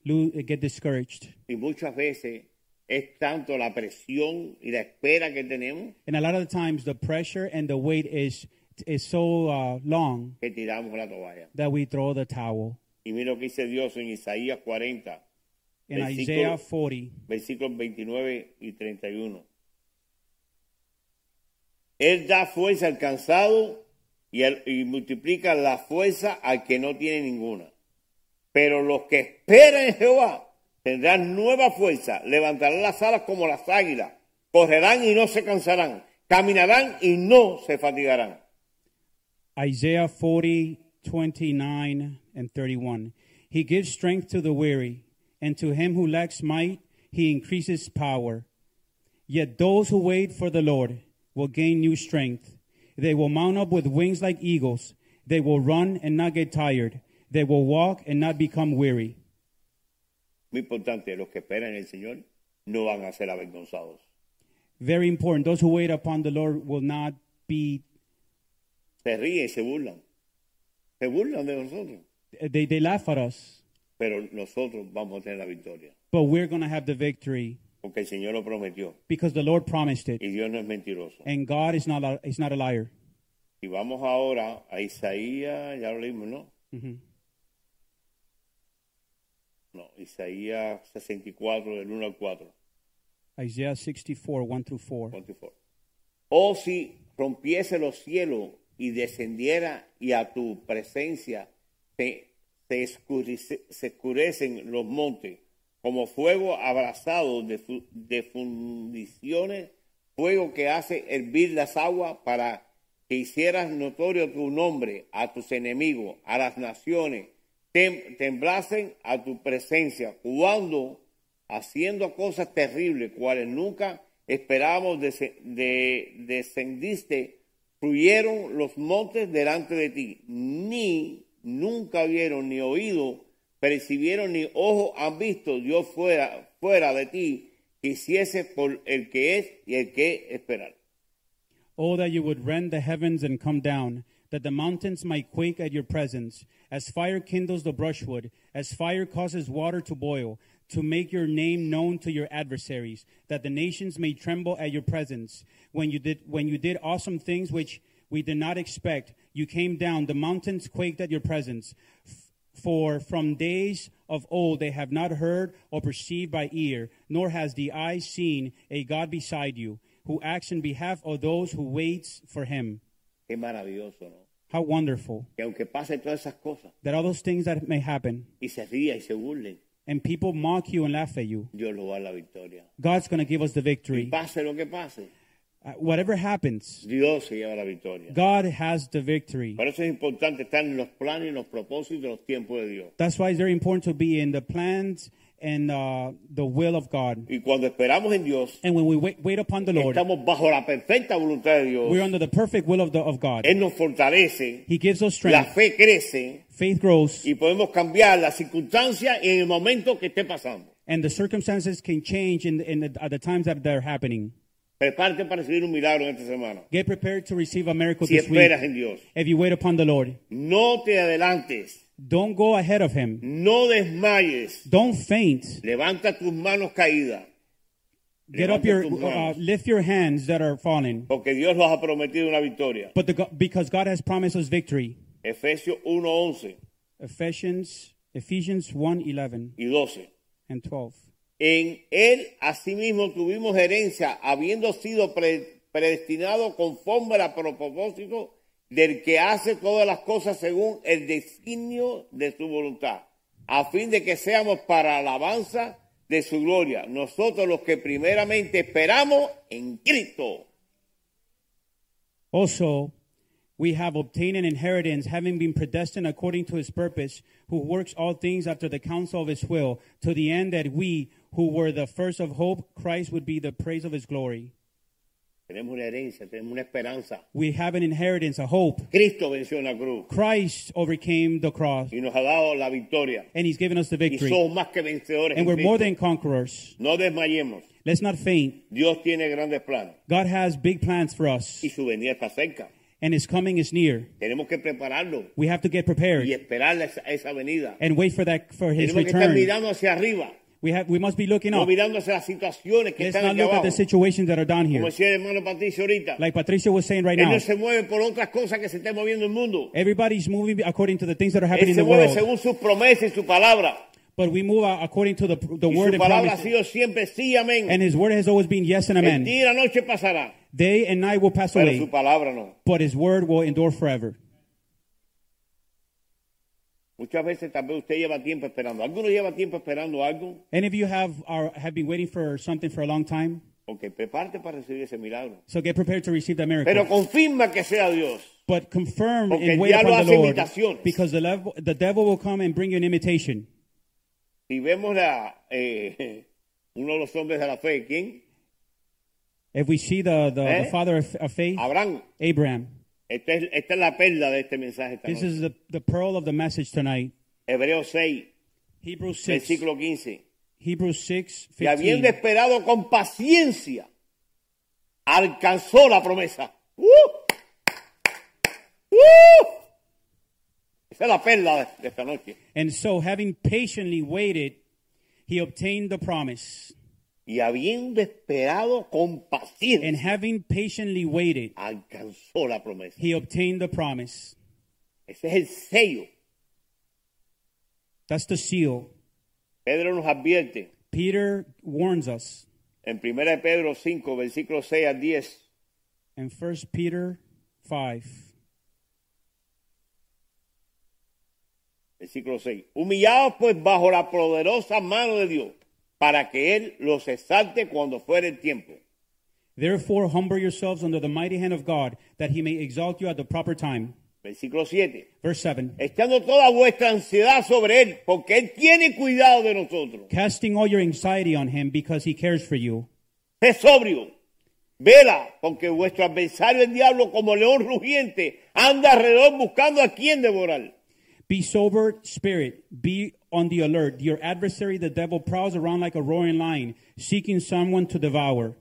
[SPEAKER 2] lo- get discouraged.
[SPEAKER 1] Y muchas veces es tanto la presión y la espera que tenemos
[SPEAKER 2] And a lot of the times the pressure and the weight is is so uh, long
[SPEAKER 1] que tiramos la toalla.
[SPEAKER 2] that we throw the towel.
[SPEAKER 1] Y mira lo que dice Dios en Isaías 40,
[SPEAKER 2] In
[SPEAKER 1] Versículo-
[SPEAKER 2] Isaiah 40,
[SPEAKER 1] versículos 29 y 31. Él da fuerza al cansado y, al- y multiplica la fuerza al que no tiene ninguna. Pero los que esperan en Jehová tendrán nueva fuerza, levantarán las alas como las águilas, correrán y no se cansarán, caminarán y no se fatigarán.
[SPEAKER 2] Isaiah 40, 29 and 31. He gives strength to the weary, and to him who lacks might, he increases power. Yet those who wait for the Lord will gain new strength. They will mount up with wings like eagles. They will run and not get tired. They will walk and not become weary.
[SPEAKER 1] Muy importante, los que esperan en el Señor no van a ser avergonzados.
[SPEAKER 2] Very important. Those who wait upon the Lord will not be,
[SPEAKER 1] Se ríen y se burlan. Se burlan de nosotros.
[SPEAKER 2] they, they laugh at us,
[SPEAKER 1] Pero nosotros vamos a tener la victoria.
[SPEAKER 2] but we're going to have the victory
[SPEAKER 1] Porque el Señor lo prometió.
[SPEAKER 2] because the Lord promised it.
[SPEAKER 1] Y Dios no es mentiroso.
[SPEAKER 2] And God is not a, is not a liar.
[SPEAKER 1] Y vamos ahora a Isaías, ya lo leímos, ¿no? No, Isaías 64, del 1 al 4.
[SPEAKER 2] Isaiah 64, 1 through 4.
[SPEAKER 1] 24. O Oh, si rompiese los cielos y descendiera y a tu presencia te, te escurrice- se escurecen los montes, como fuego abrasado de, fu- de fundiciones, fuego que hace hervir las aguas para que hicieras notorio tu nombre a tus enemigos, a las naciones, tem- temblasen a tu presencia, cuando haciendo cosas terribles, cuales nunca esperábamos dese- de, descendiste, fluyeron los montes delante de ti, ni nunca vieron ni oído, percibieron ni ojo han visto Dios fuera, fuera de ti, que hiciese por el que es y el que esperar.
[SPEAKER 2] Oh, that you would rend the heavens and come down, that the mountains might quake at your presence. As fire kindles the brushwood, as fire causes water to boil, to make your name known to your adversaries, that the nations may tremble at your presence. When you did, when you did awesome things which we did not expect, you came down, the mountains quaked at your presence. F- For from days of old they have not heard or perceived by ear, nor has the eye seen a God beside you, who acts in behalf of those who waits for him.
[SPEAKER 1] Qué maravilloso, ¿no?
[SPEAKER 2] How wonderful
[SPEAKER 1] Que aunque pasen todas esas cosas
[SPEAKER 2] that all those things that may happen,
[SPEAKER 1] y se ría y se burlen,
[SPEAKER 2] and people mock you and laugh at you,
[SPEAKER 1] Dios lo va a dar la victoria.
[SPEAKER 2] God's going to give us the
[SPEAKER 1] Y
[SPEAKER 2] victory.
[SPEAKER 1] pase lo que pase,
[SPEAKER 2] Uh, Whatever happens,
[SPEAKER 1] Dios se lleva la victoria.
[SPEAKER 2] God has the victory.
[SPEAKER 1] Por eso es importante estar en los planes, en los propósitos y los tiempos de Dios.
[SPEAKER 2] That's why it's very important to be in the plans and uh, the will of God.
[SPEAKER 1] Y cuando esperamos en Dios,
[SPEAKER 2] And when we wait, wait upon the Lord,
[SPEAKER 1] estamos bajo la perfecta voluntad de Dios.
[SPEAKER 2] we're under the perfect will of, the, of God.
[SPEAKER 1] Él nos fortalece,
[SPEAKER 2] He gives us
[SPEAKER 1] la
[SPEAKER 2] strength.
[SPEAKER 1] fe crece
[SPEAKER 2] Faith grows,
[SPEAKER 1] y podemos cambiar las circunstancias en el momento que esté pasando.
[SPEAKER 2] and the circumstances can change in, in the, at the times that they're happening.
[SPEAKER 1] Prepárate para recibir un milagro en esta semana.
[SPEAKER 2] Get prepared to receive a miracle
[SPEAKER 1] Si
[SPEAKER 2] this week
[SPEAKER 1] esperas en Dios,
[SPEAKER 2] if you wait upon the Lord.
[SPEAKER 1] no te adelantes.
[SPEAKER 2] Don't go ahead of him.
[SPEAKER 1] No desmayes.
[SPEAKER 2] Don't faint.
[SPEAKER 1] Levanta tus manos caídas.
[SPEAKER 2] Get up your, uh, lift your hands that are fallen.
[SPEAKER 1] Porque Dios nos ha prometido una victoria.
[SPEAKER 2] But the, God- because God has promised us victory.
[SPEAKER 1] Efesios 1.11
[SPEAKER 2] Ephesians, Ephesians 1,
[SPEAKER 1] y 12.
[SPEAKER 2] and 12.
[SPEAKER 1] En él asimismo tuvimos herencia, habiendo sido pre- predestinado conforme al propósito del que hace todas las cosas según el designio de su voluntad, a fin de que seamos para alabanza de su gloria, nosotros los que primeramente esperamos en Cristo.
[SPEAKER 2] Also, we have obtained an inheritance, having been predestined according to his purpose, who works all things after the counsel of his will, to the end that we, who were the first of hope, Christ would be the praise of his glory.
[SPEAKER 1] Tenemos una herencia, tenemos una esperanza.
[SPEAKER 2] We have an inheritance, a hope.
[SPEAKER 1] Cristo venció en la cruz
[SPEAKER 2] Christ overcame the cross,
[SPEAKER 1] y nos ha dado la victoria.
[SPEAKER 2] and he's given us the
[SPEAKER 1] Y
[SPEAKER 2] victory.
[SPEAKER 1] somos más que vencedores.
[SPEAKER 2] And
[SPEAKER 1] en
[SPEAKER 2] we're more
[SPEAKER 1] Cristo.
[SPEAKER 2] than conquerors.
[SPEAKER 1] No desmayemos.
[SPEAKER 2] Let's not faint.
[SPEAKER 1] Dios tiene grandes planes
[SPEAKER 2] God has big plans for us,
[SPEAKER 1] y su venida está cerca.
[SPEAKER 2] and his coming is near.
[SPEAKER 1] Tenemos que prepararlo
[SPEAKER 2] We have to get
[SPEAKER 1] y
[SPEAKER 2] prepared
[SPEAKER 1] esperar esa, esa venida.
[SPEAKER 2] and wait for that for his
[SPEAKER 1] Tenemos que estar
[SPEAKER 2] return.
[SPEAKER 1] mirando hacia arriba,
[SPEAKER 2] We have we must be looking
[SPEAKER 1] no
[SPEAKER 2] up.
[SPEAKER 1] mirando hacia las situaciones que
[SPEAKER 2] Let's
[SPEAKER 1] están
[SPEAKER 2] not
[SPEAKER 1] aquí
[SPEAKER 2] look at
[SPEAKER 1] abajo.
[SPEAKER 2] the situations that are down
[SPEAKER 1] Como
[SPEAKER 2] here.
[SPEAKER 1] decía el hermano Patricio ahorita,
[SPEAKER 2] Like Patricia was saying right
[SPEAKER 1] él
[SPEAKER 2] now,
[SPEAKER 1] no se mueve por otras cosas que se estén moviendo en el mundo.
[SPEAKER 2] everybody's moving according to the things that are
[SPEAKER 1] Él
[SPEAKER 2] happening in
[SPEAKER 1] se
[SPEAKER 2] the
[SPEAKER 1] mueve
[SPEAKER 2] world,
[SPEAKER 1] según sus promesas y su palabra.
[SPEAKER 2] but we move out according to the the
[SPEAKER 1] Y su
[SPEAKER 2] word and
[SPEAKER 1] palabra ha
[SPEAKER 2] promise.
[SPEAKER 1] sido siempre sí, amén.
[SPEAKER 2] And his word has always been yes and
[SPEAKER 1] El
[SPEAKER 2] amen.
[SPEAKER 1] día y la noche pasará,
[SPEAKER 2] Day and night will pass
[SPEAKER 1] pero su
[SPEAKER 2] away,
[SPEAKER 1] palabra no.
[SPEAKER 2] but his word will endure forever.
[SPEAKER 1] Muchas veces tal vez usted lleva tiempo esperando. ¿Alguno lleva tiempo esperando algo?
[SPEAKER 2] Any of you have are, have been waiting for something for a long time,
[SPEAKER 1] Ok, prepárate para recibir ese milagro.
[SPEAKER 2] so get prepared to receive that
[SPEAKER 1] Pero
[SPEAKER 2] miracle.
[SPEAKER 1] confirma que sea Dios.
[SPEAKER 2] But confirm
[SPEAKER 1] Porque el
[SPEAKER 2] and wait
[SPEAKER 1] diablo
[SPEAKER 2] upon the
[SPEAKER 1] hace
[SPEAKER 2] Lord,
[SPEAKER 1] imitaciones.
[SPEAKER 2] because the lev the devil will come and bring you an imitation.
[SPEAKER 1] Si vemos la, eh, uno de los hombres de la fe, ¿quién?
[SPEAKER 2] If we see the the,
[SPEAKER 1] Eh? Ah.
[SPEAKER 2] the father of, of faith,
[SPEAKER 1] Abraham.
[SPEAKER 2] Abraham,
[SPEAKER 1] Esta es, esta es la perla de este mensaje. esta
[SPEAKER 2] this
[SPEAKER 1] noche.
[SPEAKER 2] is the the pearl of the message tonight.
[SPEAKER 1] Hebreos 6,
[SPEAKER 2] Hebrews six.
[SPEAKER 1] versículo 15.
[SPEAKER 2] Hebrews 6,
[SPEAKER 1] Y habiendo
[SPEAKER 2] 15.
[SPEAKER 1] esperado con paciencia, alcanzó la promesa. ¡Uh! ¡Uh! Esa es la perla de, de esta noche.
[SPEAKER 2] And so, having patiently waited, he obtained the promise.
[SPEAKER 1] Y habiendo esperado con paciencia,
[SPEAKER 2] And having patiently waited,
[SPEAKER 1] alcanzó la promesa.
[SPEAKER 2] he obtained the promise.
[SPEAKER 1] Ese es el sello.
[SPEAKER 2] That's the seal.
[SPEAKER 1] Pedro nos advierte
[SPEAKER 2] Peter warns us
[SPEAKER 1] en 1 de Pedro 5, versículo 6 al 10.
[SPEAKER 2] in 1 Peter 5.
[SPEAKER 1] versículo 6. Humillados pues bajo la poderosa mano de Dios, para que Él los exalte cuando fuere el tiempo.
[SPEAKER 2] Therefore, humble yourselves under the mighty hand of God, that he may exalt you at the proper time.
[SPEAKER 1] Versículo 7.
[SPEAKER 2] Verse 7.
[SPEAKER 1] Echando toda vuestra ansiedad sobre Él, porque Él tiene cuidado de nosotros.
[SPEAKER 2] Casting all your anxiety on him because he cares for you.
[SPEAKER 1] Sé sobrio. Vela, porque vuestro adversario el diablo, como león rugiente, anda alrededor buscando a quien devorar.
[SPEAKER 2] Be sober, spirit. Be on the alert. Your adversary, the devil, prowls around like a roaring lion, seeking someone to devour.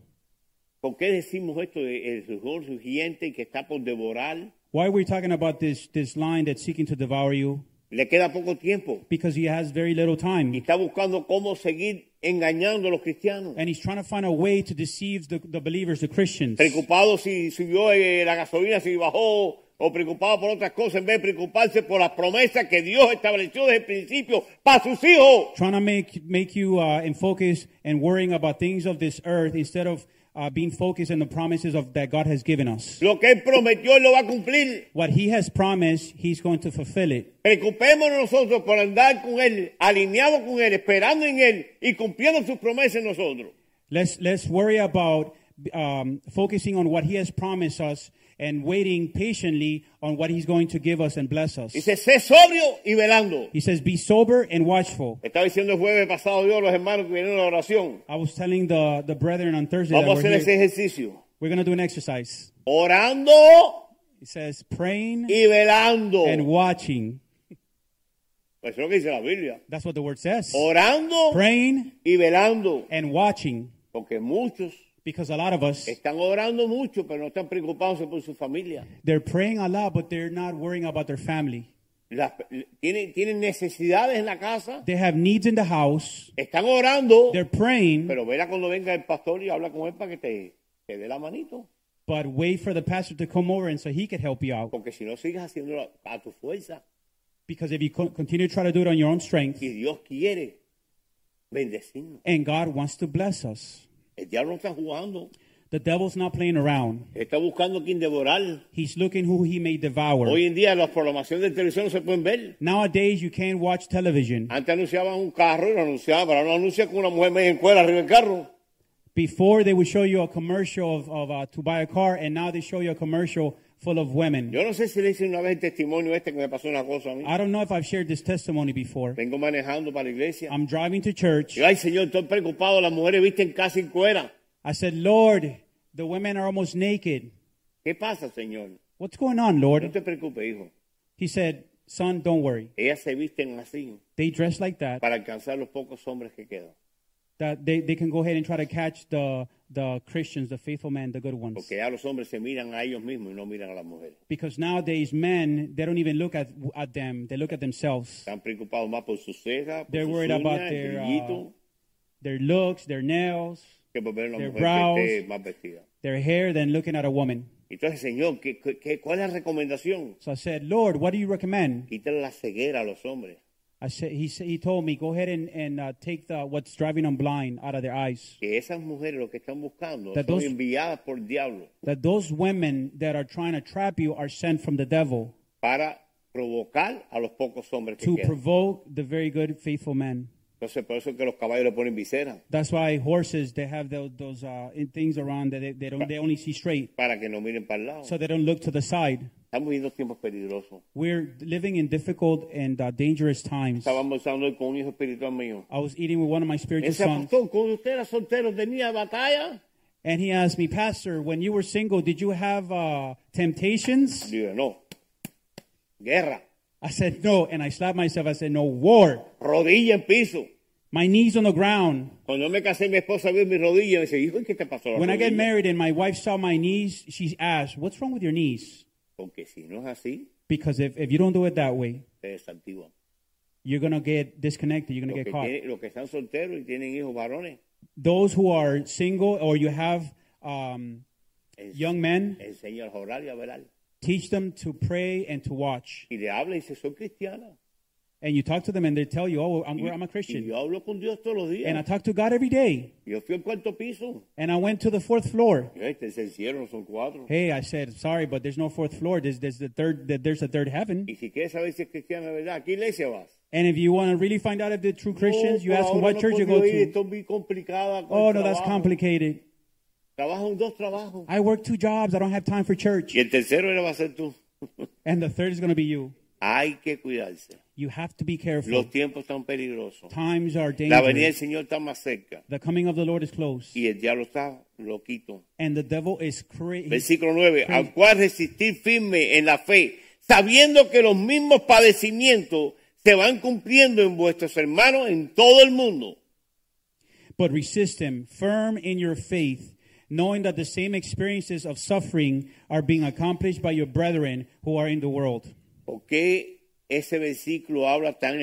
[SPEAKER 1] ¿Por qué decimos esto de el león rugiente que está por devorar?
[SPEAKER 2] Why are we talking about this, this lion that's seeking to devour you?
[SPEAKER 1] Le queda poco tiempo
[SPEAKER 2] Because he has very little
[SPEAKER 1] y
[SPEAKER 2] time.
[SPEAKER 1] está buscando cómo seguir engañando a los cristianos.
[SPEAKER 2] And he's trying to find a way to deceive the, the believers, the Christians.
[SPEAKER 1] preocupado si subió eh, la gasolina, si bajó, o preocupado por otras cosas, en vez de preocuparse por las promesas que Dios estableció desde el principio para sus hijos.
[SPEAKER 2] Trying to make, make you uh, and focus and worrying about things of this earth instead of uh, being focused on the promises of, that God has given us.
[SPEAKER 1] Lo que Él prometió, Él lo va a cumplir.
[SPEAKER 2] What he has promised, he's going to fulfill it.
[SPEAKER 1] Preocupémonos nosotros por andar con Él, alineados con Él, esperando en Él y cumpliendo sus promesas en nosotros.
[SPEAKER 2] Let's let's worry about um, focusing on what He has promised us and waiting patiently on what He's going to give us and bless us.
[SPEAKER 1] Dice, sé sobrio y velando.
[SPEAKER 2] He says, "Be sober and watchful."
[SPEAKER 1] Estaba diciendo el jueves pasado yo a los hermanos que vinieron a la oración.
[SPEAKER 2] I was telling the the brethren on Thursday that
[SPEAKER 1] Vamos a
[SPEAKER 2] we're,
[SPEAKER 1] hacer ese
[SPEAKER 2] here,
[SPEAKER 1] ejercicio.
[SPEAKER 2] we're going to do an exercise.
[SPEAKER 1] Orando
[SPEAKER 2] It says, "Praying
[SPEAKER 1] y velando.
[SPEAKER 2] and watching."
[SPEAKER 1] Pues es lo que dice la Biblia.
[SPEAKER 2] That's what the word says.
[SPEAKER 1] Orando
[SPEAKER 2] Praying
[SPEAKER 1] y velando.
[SPEAKER 2] and watching,
[SPEAKER 1] Porque muchos
[SPEAKER 2] because a lot of us
[SPEAKER 1] están orando mucho, pero no están preocupándose por su familia.
[SPEAKER 2] they're praying a lot, but they're not worrying about their family.
[SPEAKER 1] Las- tienen, tienen necesidades en la casa,
[SPEAKER 2] They have needs in the house.
[SPEAKER 1] están orando,
[SPEAKER 2] They're praying,
[SPEAKER 1] pero verá cuando venga el pastor y habla con él para que te, te dé la manito,
[SPEAKER 2] but wait for the pastor to come over and so he could help you out.
[SPEAKER 1] porque si no sigues haciéndolo a tu fuerza
[SPEAKER 2] Because if you co- continue to try to do it on your own strength,
[SPEAKER 1] y Dios quiere bendecirnos.
[SPEAKER 2] and God wants to bless us,
[SPEAKER 1] El diablo no está jugando,
[SPEAKER 2] the devil's not playing around.
[SPEAKER 1] está buscando a quien devorar.
[SPEAKER 2] He's looking who he may devour.
[SPEAKER 1] Hoy en día las programaciones de televisión no se pueden ver.
[SPEAKER 2] Nowadays, you can't watch television.
[SPEAKER 1] Antes anunciaban un carro y lo anunciaban, pero ahora lo anuncian con una mujer media en cuera arriba del carro.
[SPEAKER 2] Before, they would show you a commercial of, of uh, to buy a car, and now they show you a commercial full of women.
[SPEAKER 1] Yo no sé si le hice una vez el testimonio este que me pasó una cosa a mí.
[SPEAKER 2] I don't know if I've shared this testimony before.
[SPEAKER 1] Vengo manejando para la iglesia.
[SPEAKER 2] I'm driving to church.
[SPEAKER 1] Yo, ay, Señor, estoy preocupado. Las mujeres visten casi en cuera.
[SPEAKER 2] I said, Lord, the women are almost naked.
[SPEAKER 1] ¿Qué pasa, Señor?
[SPEAKER 2] What's going on,
[SPEAKER 1] No
[SPEAKER 2] Lord?
[SPEAKER 1] te preocupes, hijo.
[SPEAKER 2] He said, Son, don't worry.
[SPEAKER 1] Ellas se visten así
[SPEAKER 2] They dress like that.
[SPEAKER 1] para alcanzar los pocos hombres que quedan.
[SPEAKER 2] that they, they can go ahead and try to catch the the Christians, the faithful men, the good ones.
[SPEAKER 1] Porque ya los hombres se miran a ellos mismos y no miran a las mujeres.
[SPEAKER 2] Because nowadays, men they don't even look at at them; they look at themselves,
[SPEAKER 1] Están preocupados más por sus cejas, por
[SPEAKER 2] They're
[SPEAKER 1] sus
[SPEAKER 2] worried
[SPEAKER 1] uñas,
[SPEAKER 2] about
[SPEAKER 1] el
[SPEAKER 2] their,
[SPEAKER 1] brillito,
[SPEAKER 2] uh, their looks, their nails,
[SPEAKER 1] que por ver a una
[SPEAKER 2] their
[SPEAKER 1] mujer
[SPEAKER 2] brows.
[SPEAKER 1] que esté más vestida.
[SPEAKER 2] their hair, than looking at a woman.
[SPEAKER 1] Entonces, Señor, ¿qué, qué- qué- cuál es la recomendación?
[SPEAKER 2] So I said, Lord, what do you recommend?
[SPEAKER 1] Quítale la ceguera a los hombres.
[SPEAKER 2] I said, he said, he told me, go ahead and and uh, take the what's driving them blind out of their eyes.
[SPEAKER 1] Que esas mujeres lo que están buscando
[SPEAKER 2] That
[SPEAKER 1] son
[SPEAKER 2] those-
[SPEAKER 1] enviadas por el diablo
[SPEAKER 2] That those women that are trying to trap you are sent from the devil
[SPEAKER 1] para provocar a los pocos hombres que
[SPEAKER 2] to
[SPEAKER 1] quedan.
[SPEAKER 2] provoke the very good, faithful men.
[SPEAKER 1] Entonces, por eso es que los caballos le ponen visera,
[SPEAKER 2] That's why horses they have those, those uh, in- things around that they, they don't they only see straight,
[SPEAKER 1] para que no miren para el lado.
[SPEAKER 2] so they don't look to the side.
[SPEAKER 1] Estamos viviendo tiempos peligrosos.
[SPEAKER 2] We're living in difficult and uh, dangerous times.
[SPEAKER 1] Estaba almorzando hoy con un hijo espiritual mío.
[SPEAKER 2] I was eating with one of my spiritual
[SPEAKER 1] Ese
[SPEAKER 2] sons,
[SPEAKER 1] pastor, cuando usted era soltero, tenía batalla.
[SPEAKER 2] and he asked me, Pastor, when you were single, did you have uh, temptations?
[SPEAKER 1] Digo, no. Guerra.
[SPEAKER 2] I said no, and I slapped myself. I said no, war.
[SPEAKER 1] Rodilla en piso.
[SPEAKER 2] My knees on the ground.
[SPEAKER 1] Cuando me casé, mi esposa vio mis rodillas y me dice, hijo, ¿y qué te pasó? a la
[SPEAKER 2] When I get
[SPEAKER 1] rodilla?"
[SPEAKER 2] married and my wife saw my knees, she asked, "What's wrong with your knees?"
[SPEAKER 1] Porque si no es así,
[SPEAKER 2] Because if, if you don't do it that way,
[SPEAKER 1] se desactivan.
[SPEAKER 2] you're gonna get disconnected. You're
[SPEAKER 1] Los que,
[SPEAKER 2] gonna get caught.
[SPEAKER 1] tienen- los que están solteros y tienen hijos varones,
[SPEAKER 2] those who are single or you have um,
[SPEAKER 1] ens-
[SPEAKER 2] young men,
[SPEAKER 1] enséñalos a orar y a velar.
[SPEAKER 2] teach them to pray and to watch.
[SPEAKER 1] Y le habla y dice, soy cristiana.
[SPEAKER 2] And you talk to them and they tell you, oh, I'm,
[SPEAKER 1] Y-
[SPEAKER 2] I'm a
[SPEAKER 1] Y
[SPEAKER 2] Christian.
[SPEAKER 1] yo hablo con Dios todos los
[SPEAKER 2] And I
[SPEAKER 1] días.
[SPEAKER 2] talk to God every day.
[SPEAKER 1] Yo fui al cuarto piso.
[SPEAKER 2] And I went to the fourth floor.
[SPEAKER 1] Yo, Este es el cielo, no son cuatro.
[SPEAKER 2] Hey, I said, sorry, but there's no fourth floor. There's, there's the third. that There's a third heaven.
[SPEAKER 1] Y si quieres saber si es cristiana de verdad, ¿a qué iglesia vas?
[SPEAKER 2] And if you want to really find out if they're true Christians,
[SPEAKER 1] No,
[SPEAKER 2] you
[SPEAKER 1] por
[SPEAKER 2] ask them
[SPEAKER 1] ahora
[SPEAKER 2] what
[SPEAKER 1] no
[SPEAKER 2] church you
[SPEAKER 1] puedo
[SPEAKER 2] go
[SPEAKER 1] ir,
[SPEAKER 2] to.
[SPEAKER 1] estoy muy complicada con
[SPEAKER 2] Oh
[SPEAKER 1] el
[SPEAKER 2] no, that's
[SPEAKER 1] trabajo.
[SPEAKER 2] complicated.
[SPEAKER 1] Trabajo en dos trabajos.
[SPEAKER 2] I work two jobs. I don't have time for church.
[SPEAKER 1] Y el tercero era va a ser tú.
[SPEAKER 2] And the third is going to be you.
[SPEAKER 1] Hay que cuidarse.
[SPEAKER 2] You have to be
[SPEAKER 1] Los
[SPEAKER 2] careful.
[SPEAKER 1] tiempos están peligrosos.
[SPEAKER 2] Times are
[SPEAKER 1] La venida del
[SPEAKER 2] dangerous.
[SPEAKER 1] Señor está más cerca.
[SPEAKER 2] The coming of the Lord is close.
[SPEAKER 1] Y el diablo está loquito.
[SPEAKER 2] And the devil is crazy.
[SPEAKER 1] Versículo 9. Al cual resistir firme en la fe, sabiendo que los mismos padecimientos se van cumpliendo en vuestros hermanos en todo el mundo.
[SPEAKER 2] But resist him, firm in your faith, knowing that the same experiences of suffering are being accomplished by your brethren who are in the world.
[SPEAKER 1] ¿Por qué ese versículo habla tan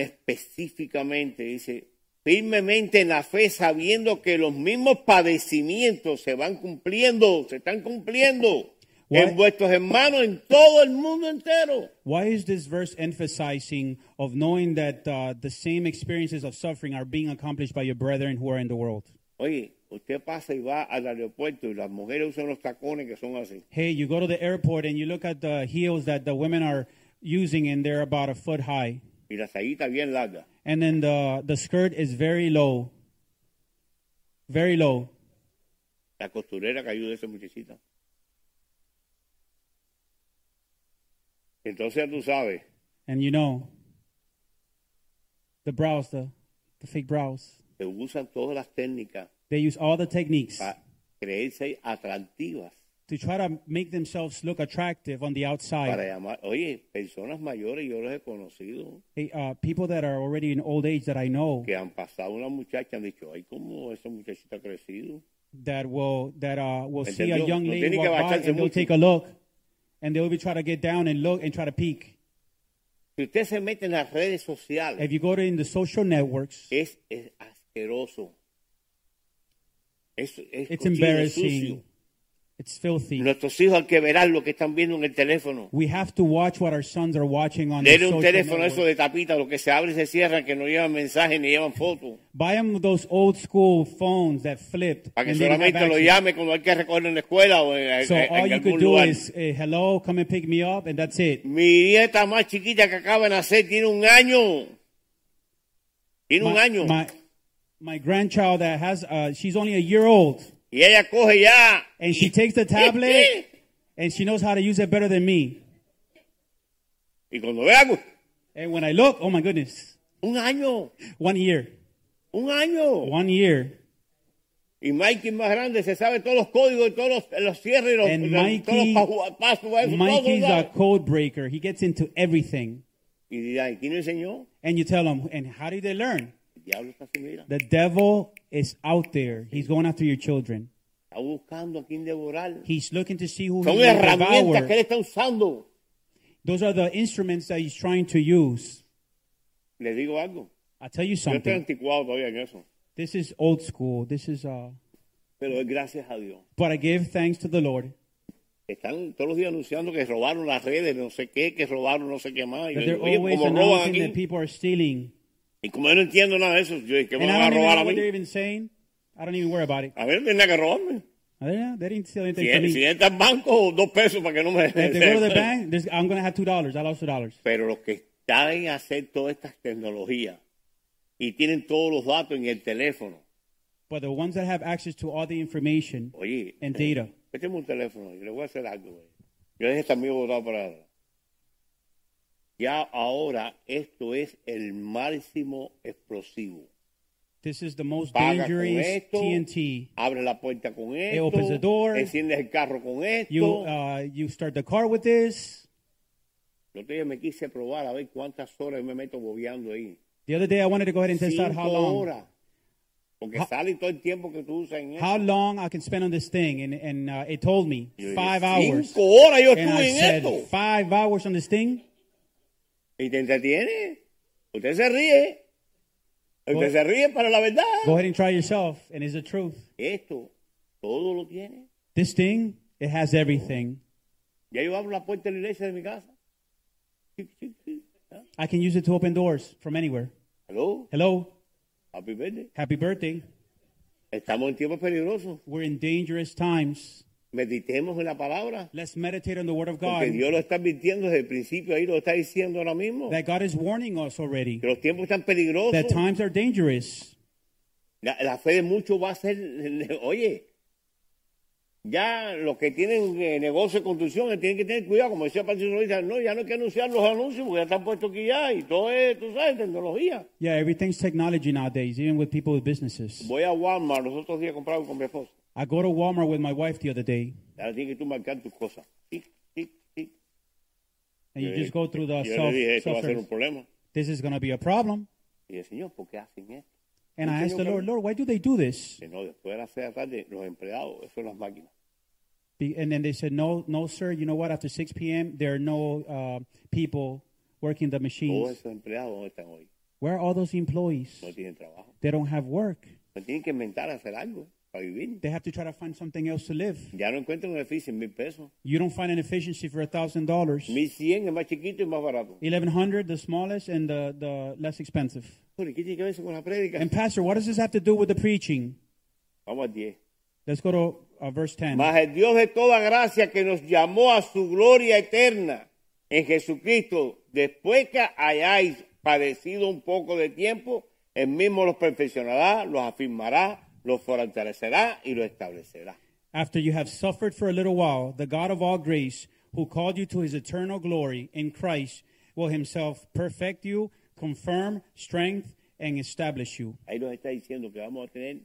[SPEAKER 1] específicamente? Dice, firmemente en la fe, sabiendo que los mismos padecimientos se van cumpliendo, se están cumpliendo
[SPEAKER 2] Why-
[SPEAKER 1] en vuestros hermanos en todo el mundo entero.
[SPEAKER 2] Why is this verse emphasizing of knowing that uh, the same experiences of suffering are being accomplished by your brethren who are in the world?
[SPEAKER 1] Oye, usted pasa y va al aeropuerto y las mujeres usan los tacones que son así.
[SPEAKER 2] Hey, you go to the airport and you look at the heels that the women are using, and they're about a foot high.
[SPEAKER 1] Y la saguita bien larga.
[SPEAKER 2] And then the, the skirt is very low. Very low.
[SPEAKER 1] La costurera que ayuda a esa muchachita. Entonces ya tú sabes,
[SPEAKER 2] And you know, the brows, the, the fake brows,
[SPEAKER 1] se usan todas las técnicas
[SPEAKER 2] they use all the techniques
[SPEAKER 1] para creerse atractivas.
[SPEAKER 2] to try to make themselves look attractive on the
[SPEAKER 1] Para
[SPEAKER 2] outside.
[SPEAKER 1] llamar, oye, personas mayores, yo los he conocido,
[SPEAKER 2] Hey, uh, people that are already in old age that I know
[SPEAKER 1] que han pasado una muchacha, han dicho, ay, cómo esa muchachita ha crecido.
[SPEAKER 2] that will that uh, will see a
[SPEAKER 1] Entendió.
[SPEAKER 2] young
[SPEAKER 1] No
[SPEAKER 2] lady
[SPEAKER 1] tiene que
[SPEAKER 2] walk by
[SPEAKER 1] agacharse
[SPEAKER 2] and they'll
[SPEAKER 1] mucho.
[SPEAKER 2] take a look, and they'll be try to get down and look and try to peek.
[SPEAKER 1] Si usted se mete en las redes sociales,
[SPEAKER 2] If you go to in the social networks,
[SPEAKER 1] es, es asqueroso. Es, es
[SPEAKER 2] it's
[SPEAKER 1] cochino,
[SPEAKER 2] embarrassing.
[SPEAKER 1] sucio.
[SPEAKER 2] It's filthy.
[SPEAKER 1] Nuestros hijos hay que verán lo que están viendo en el teléfono.
[SPEAKER 2] We have to watch what our sons are watching on the
[SPEAKER 1] Denle
[SPEAKER 2] social
[SPEAKER 1] un teléfono
[SPEAKER 2] networks.
[SPEAKER 1] eso de tapita, lo que se abre y se cierra, que no llevan mensajes ni llevan fotos.
[SPEAKER 2] Buy them those old school phones that flipped.
[SPEAKER 1] Para que
[SPEAKER 2] and they didn't have
[SPEAKER 1] solamente lo
[SPEAKER 2] access.
[SPEAKER 1] llame cuando hay que recoger en la escuela o en,
[SPEAKER 2] So
[SPEAKER 1] en- en
[SPEAKER 2] all you
[SPEAKER 1] algún
[SPEAKER 2] could do
[SPEAKER 1] lugar.
[SPEAKER 2] is, eh, hello, come and pick me up, and that's it.
[SPEAKER 1] Mi nieta más chiquita que acaba de nacer tiene un año. Tiene un
[SPEAKER 2] My,
[SPEAKER 1] año.
[SPEAKER 2] my, my grandchild that has, uh, she's only a year old,
[SPEAKER 1] y ella coge ya.
[SPEAKER 2] and she takes the tablet, and she knows how to use it better than me.
[SPEAKER 1] Y cuando veamos,
[SPEAKER 2] And when I look, oh my goodness,
[SPEAKER 1] un año,
[SPEAKER 2] one year,
[SPEAKER 1] un año.
[SPEAKER 2] one year.
[SPEAKER 1] Y Mikey más grande se sabe todos los códigos, todos los, los cierres, los,
[SPEAKER 2] And
[SPEAKER 1] los-
[SPEAKER 2] Mikey-
[SPEAKER 1] todos los pa- pasos, eso, todo,
[SPEAKER 2] Mikey's
[SPEAKER 1] todo.
[SPEAKER 2] a code breaker. He gets into everything.
[SPEAKER 1] Y dirá, ¿y quién le enseñó?
[SPEAKER 2] And you tell him, and how did they learn?
[SPEAKER 1] El diablo está así, mira.
[SPEAKER 2] The devil is out there. He's going after your children.
[SPEAKER 1] Está buscando a quién devorar.
[SPEAKER 2] He's looking to see who he
[SPEAKER 1] Son
[SPEAKER 2] will
[SPEAKER 1] herramientas
[SPEAKER 2] devour.
[SPEAKER 1] que él está usando.
[SPEAKER 2] Those are the instruments that he's trying to use.
[SPEAKER 1] Le digo algo.
[SPEAKER 2] I tell
[SPEAKER 1] Yo
[SPEAKER 2] you
[SPEAKER 1] estoy
[SPEAKER 2] something.
[SPEAKER 1] anticuado todavía en eso.
[SPEAKER 2] This is old school. This is uh.
[SPEAKER 1] Pero doy gracias a Dios.
[SPEAKER 2] But I give thanks to the Lord
[SPEAKER 1] Están todos los días anunciando que robaron las redes, no sé qué, que robaron no sé qué más. Y yo
[SPEAKER 2] that they're
[SPEAKER 1] digo, oye,
[SPEAKER 2] always
[SPEAKER 1] como roban
[SPEAKER 2] announcing that
[SPEAKER 1] aquí.
[SPEAKER 2] people are stealing.
[SPEAKER 1] Y como yo no entiendo nada de eso, yo dije, ¿qué me
[SPEAKER 2] And
[SPEAKER 1] van
[SPEAKER 2] I
[SPEAKER 1] a
[SPEAKER 2] don't even
[SPEAKER 1] robar
[SPEAKER 2] know
[SPEAKER 1] a
[SPEAKER 2] what they're
[SPEAKER 1] mí?
[SPEAKER 2] even saying. I don't even worry about it.
[SPEAKER 1] A ver, tienen que robarme.
[SPEAKER 2] I don't know. They didn't steal anything from
[SPEAKER 1] Si, si
[SPEAKER 2] me.
[SPEAKER 1] entra al banco, dos pesos para que no me...
[SPEAKER 2] If they go to the bank, there's- I'm gonna have two dollars. I lost two dollars.
[SPEAKER 1] Pero los que están en hacer todas estas tecnologías y tienen todos los datos en el teléfono.
[SPEAKER 2] But the ones that have access to all the information
[SPEAKER 1] Oye,
[SPEAKER 2] and data,
[SPEAKER 1] yo tengo un teléfono, yo le voy a hacer algo. güey. Yo dejé este amigo botado para ahora. Ya ahora esto es el máximo explosivo.
[SPEAKER 2] this is the most
[SPEAKER 1] Paga con
[SPEAKER 2] dangerous
[SPEAKER 1] esto,
[SPEAKER 2] TNT.
[SPEAKER 1] abre la puerta con esto,
[SPEAKER 2] opens the door.
[SPEAKER 1] enciendes el carro con esto.
[SPEAKER 2] You uh, you start the car with this. uh,
[SPEAKER 1] Yo te me quise probar a ver cuántas horas me meto bobeando ahí.
[SPEAKER 2] The other day, I wanted to go ahead and test out
[SPEAKER 1] Cinco
[SPEAKER 2] how long
[SPEAKER 1] horas. Porque
[SPEAKER 2] How-
[SPEAKER 1] sale todo el tiempo que tú usas en eso.
[SPEAKER 2] how long I can spend on this thing, and and uh, it told me
[SPEAKER 1] Yo dije,
[SPEAKER 2] five hours.
[SPEAKER 1] Cinco horas yo
[SPEAKER 2] And
[SPEAKER 1] estuve
[SPEAKER 2] I
[SPEAKER 1] en
[SPEAKER 2] said,
[SPEAKER 1] esto.
[SPEAKER 2] five hours on this thing?
[SPEAKER 1] Y te entretiene. Usted se ríe. Usted
[SPEAKER 2] Go-
[SPEAKER 1] se ríe para la verdad.
[SPEAKER 2] Go ahead and try yourself. And it's the truth.
[SPEAKER 1] Esto, todo lo tiene.
[SPEAKER 2] This thing, it has everything.
[SPEAKER 1] Ya yo abro la puerta de la iglesia de mi casa.
[SPEAKER 2] I can use it to open doors from anywhere.
[SPEAKER 1] Hello,
[SPEAKER 2] Hello,
[SPEAKER 1] happy birthday.
[SPEAKER 2] happy birthday.
[SPEAKER 1] Estamos en tiempos peligrosos.
[SPEAKER 2] We're in dangerous times.
[SPEAKER 1] Meditemos en la palabra.
[SPEAKER 2] Let's meditate on the word of God.
[SPEAKER 1] Porque Dios lo está advirtiendo desde el principio, ahí lo está diciendo ahora mismo.
[SPEAKER 2] That God is warning us already.
[SPEAKER 1] Que los tiempos están peligrosos.
[SPEAKER 2] That times are dangerous.
[SPEAKER 1] La, la fe de muchos va a ser, oye, ya los que tienen eh, negocio de construcción eh, tienen que tener cuidado, como decía Patricio Ruiz, no, ya no hay que anunciar los anuncios porque ya están puestos aquí ya y todo es, tú sabes, tecnología.
[SPEAKER 2] Yeah, everything's technology nowadays, even with people with businesses.
[SPEAKER 1] Voy a Walmart, los otros días compraba con mi esposa.
[SPEAKER 2] I go to Walmart with my wife the other day,
[SPEAKER 1] Ahora tienes que tú marcar tus cosas. Tic, tic, tic.
[SPEAKER 2] and you
[SPEAKER 1] Eh,
[SPEAKER 2] just go through the
[SPEAKER 1] Yo le dije,
[SPEAKER 2] self,
[SPEAKER 1] esto va a ser un
[SPEAKER 2] self-service.
[SPEAKER 1] problema.
[SPEAKER 2] This is going to be a problem.
[SPEAKER 1] Y el Señor, ¿por qué hacen esto?
[SPEAKER 2] And I asked the Lord, Lord, why do they do this?
[SPEAKER 1] Dice, no, después de las seis de la tarde, los empleados, eso son las máquinas.
[SPEAKER 2] Be- And then they said, no, no, sir. You know what? After 6 p.m., there are no uh, people working the
[SPEAKER 1] Todos
[SPEAKER 2] machines.
[SPEAKER 1] esos empleados, ¿dónde están hoy?
[SPEAKER 2] Where are all those employees?
[SPEAKER 1] No tienen trabajo.
[SPEAKER 2] They don't have work.
[SPEAKER 1] No tienen que inventar hacer algo para vivir.
[SPEAKER 2] They have to try to find something else to live.
[SPEAKER 1] Ya no encuentro un edificio en mil pesos.
[SPEAKER 2] You don't find an efficiency for a thousand dollars.
[SPEAKER 1] Mil cien es más chiquito y más barato.
[SPEAKER 2] Eleven hundred, the smallest and the, the less expensive.
[SPEAKER 1] Pero, ¿y ¿Qué tiene que ver eso con la prédica?
[SPEAKER 2] And pastor, what does this have to do with the preaching?
[SPEAKER 1] Vamos al 10.
[SPEAKER 2] Let's go to uh, verse ten.
[SPEAKER 1] Mas el Dios de toda gracia que nos llamó a su gloria eterna en Jesucristo, después que hayáis padecido un poco de tiempo, Él mismo los perfeccionará, los afirmará, los fortalecerá y los establecerá.
[SPEAKER 2] After you have suffered for a little while, the God of all grace, who called you to his eternal glory in Christ, will himself perfect you, confirm, strength, and establish you.
[SPEAKER 1] Ahí nos está diciendo que vamos a tener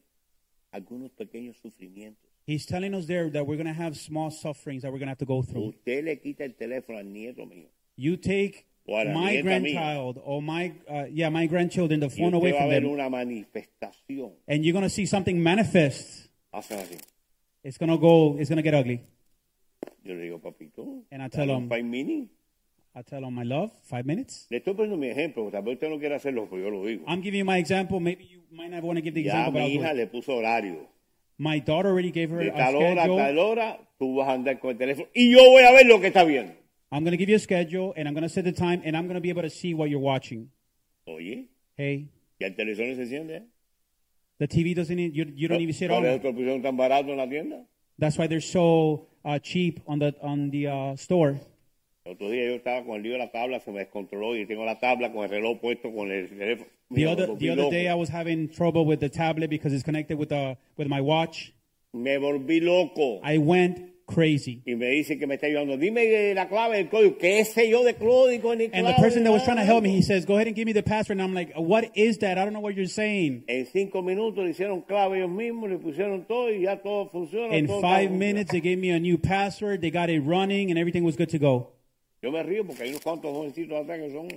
[SPEAKER 1] algunos pequeños sufrimientos.
[SPEAKER 2] He's telling us there that we're going to have small sufferings that we're going to have to go through.
[SPEAKER 1] Usted le quita el teléfono al nieto mío.
[SPEAKER 2] You take
[SPEAKER 1] Guarda,
[SPEAKER 2] my
[SPEAKER 1] nieta mía.
[SPEAKER 2] grandchild or my, uh, yeah, my grandchildren, the
[SPEAKER 1] Y
[SPEAKER 2] phone
[SPEAKER 1] usted
[SPEAKER 2] away
[SPEAKER 1] va a
[SPEAKER 2] from
[SPEAKER 1] ver
[SPEAKER 2] them,
[SPEAKER 1] una manifestación.
[SPEAKER 2] and you're going to see something manifest.
[SPEAKER 1] Hacen así.
[SPEAKER 2] It's going to go, it's going to get ugly.
[SPEAKER 1] Yo le digo, papito,
[SPEAKER 2] And I
[SPEAKER 1] dale
[SPEAKER 2] tell
[SPEAKER 1] un
[SPEAKER 2] him-
[SPEAKER 1] five mini.
[SPEAKER 2] I tell them, my love, five minutes.
[SPEAKER 1] Le estoy poniendo mi ejemplo, tal vez usted no quiera hacerlo, pero yo lo digo.
[SPEAKER 2] I'm giving you my example. Maybe you might not want to give the
[SPEAKER 1] Ya
[SPEAKER 2] example, but
[SPEAKER 1] mi
[SPEAKER 2] I'll do
[SPEAKER 1] hija
[SPEAKER 2] it.
[SPEAKER 1] le puso horario.
[SPEAKER 2] My daughter already gave her
[SPEAKER 1] De
[SPEAKER 2] a
[SPEAKER 1] tal hora a
[SPEAKER 2] schedule.
[SPEAKER 1] tal hora, tú vas a andar con el teléfono y yo voy a ver lo que está viendo.
[SPEAKER 2] I'm going to give you a schedule, and I'm going to set the time, and I'm going to be able to see what you're watching.
[SPEAKER 1] Oye,
[SPEAKER 2] Hey,
[SPEAKER 1] ya el televisor no se enciende. ¿eh?
[SPEAKER 2] the TV doesn't. Need, you, you don't even sit on
[SPEAKER 1] ¿Cuál es
[SPEAKER 2] it.
[SPEAKER 1] otro televisor tan barato en la tienda?
[SPEAKER 2] That's why they're so uh, cheap on the on the uh, store.
[SPEAKER 1] El otro día yo estaba con el lío de la tabla, se me descontroló y tengo la tabla con el reloj puesto con el teléfono.
[SPEAKER 2] The
[SPEAKER 1] Mira, me
[SPEAKER 2] other
[SPEAKER 1] volví
[SPEAKER 2] the other
[SPEAKER 1] loco.
[SPEAKER 2] day, I was having trouble with the tablet because it's connected with the with my watch.
[SPEAKER 1] Me volví loco.
[SPEAKER 2] I went crazy.
[SPEAKER 1] Y me dice que me está ayudando. Dime la clave del código. ¿Qué sé yo de código? Ni
[SPEAKER 2] And
[SPEAKER 1] clave,
[SPEAKER 2] the person that was
[SPEAKER 1] nada.
[SPEAKER 2] trying to help me, he says, "Go ahead and give me the password." And I'm like, "What is that? I don't know what you're saying."
[SPEAKER 1] En cinco minutos le hicieron clave ellos mismos, le pusieron todo y ya todo funciona.
[SPEAKER 2] In
[SPEAKER 1] todo
[SPEAKER 2] five
[SPEAKER 1] está-
[SPEAKER 2] minutes, they gave me a new password. They got it running, and everything was good to go.
[SPEAKER 1] Yo me río porque hay unos cuantos jovencitos atrás que son,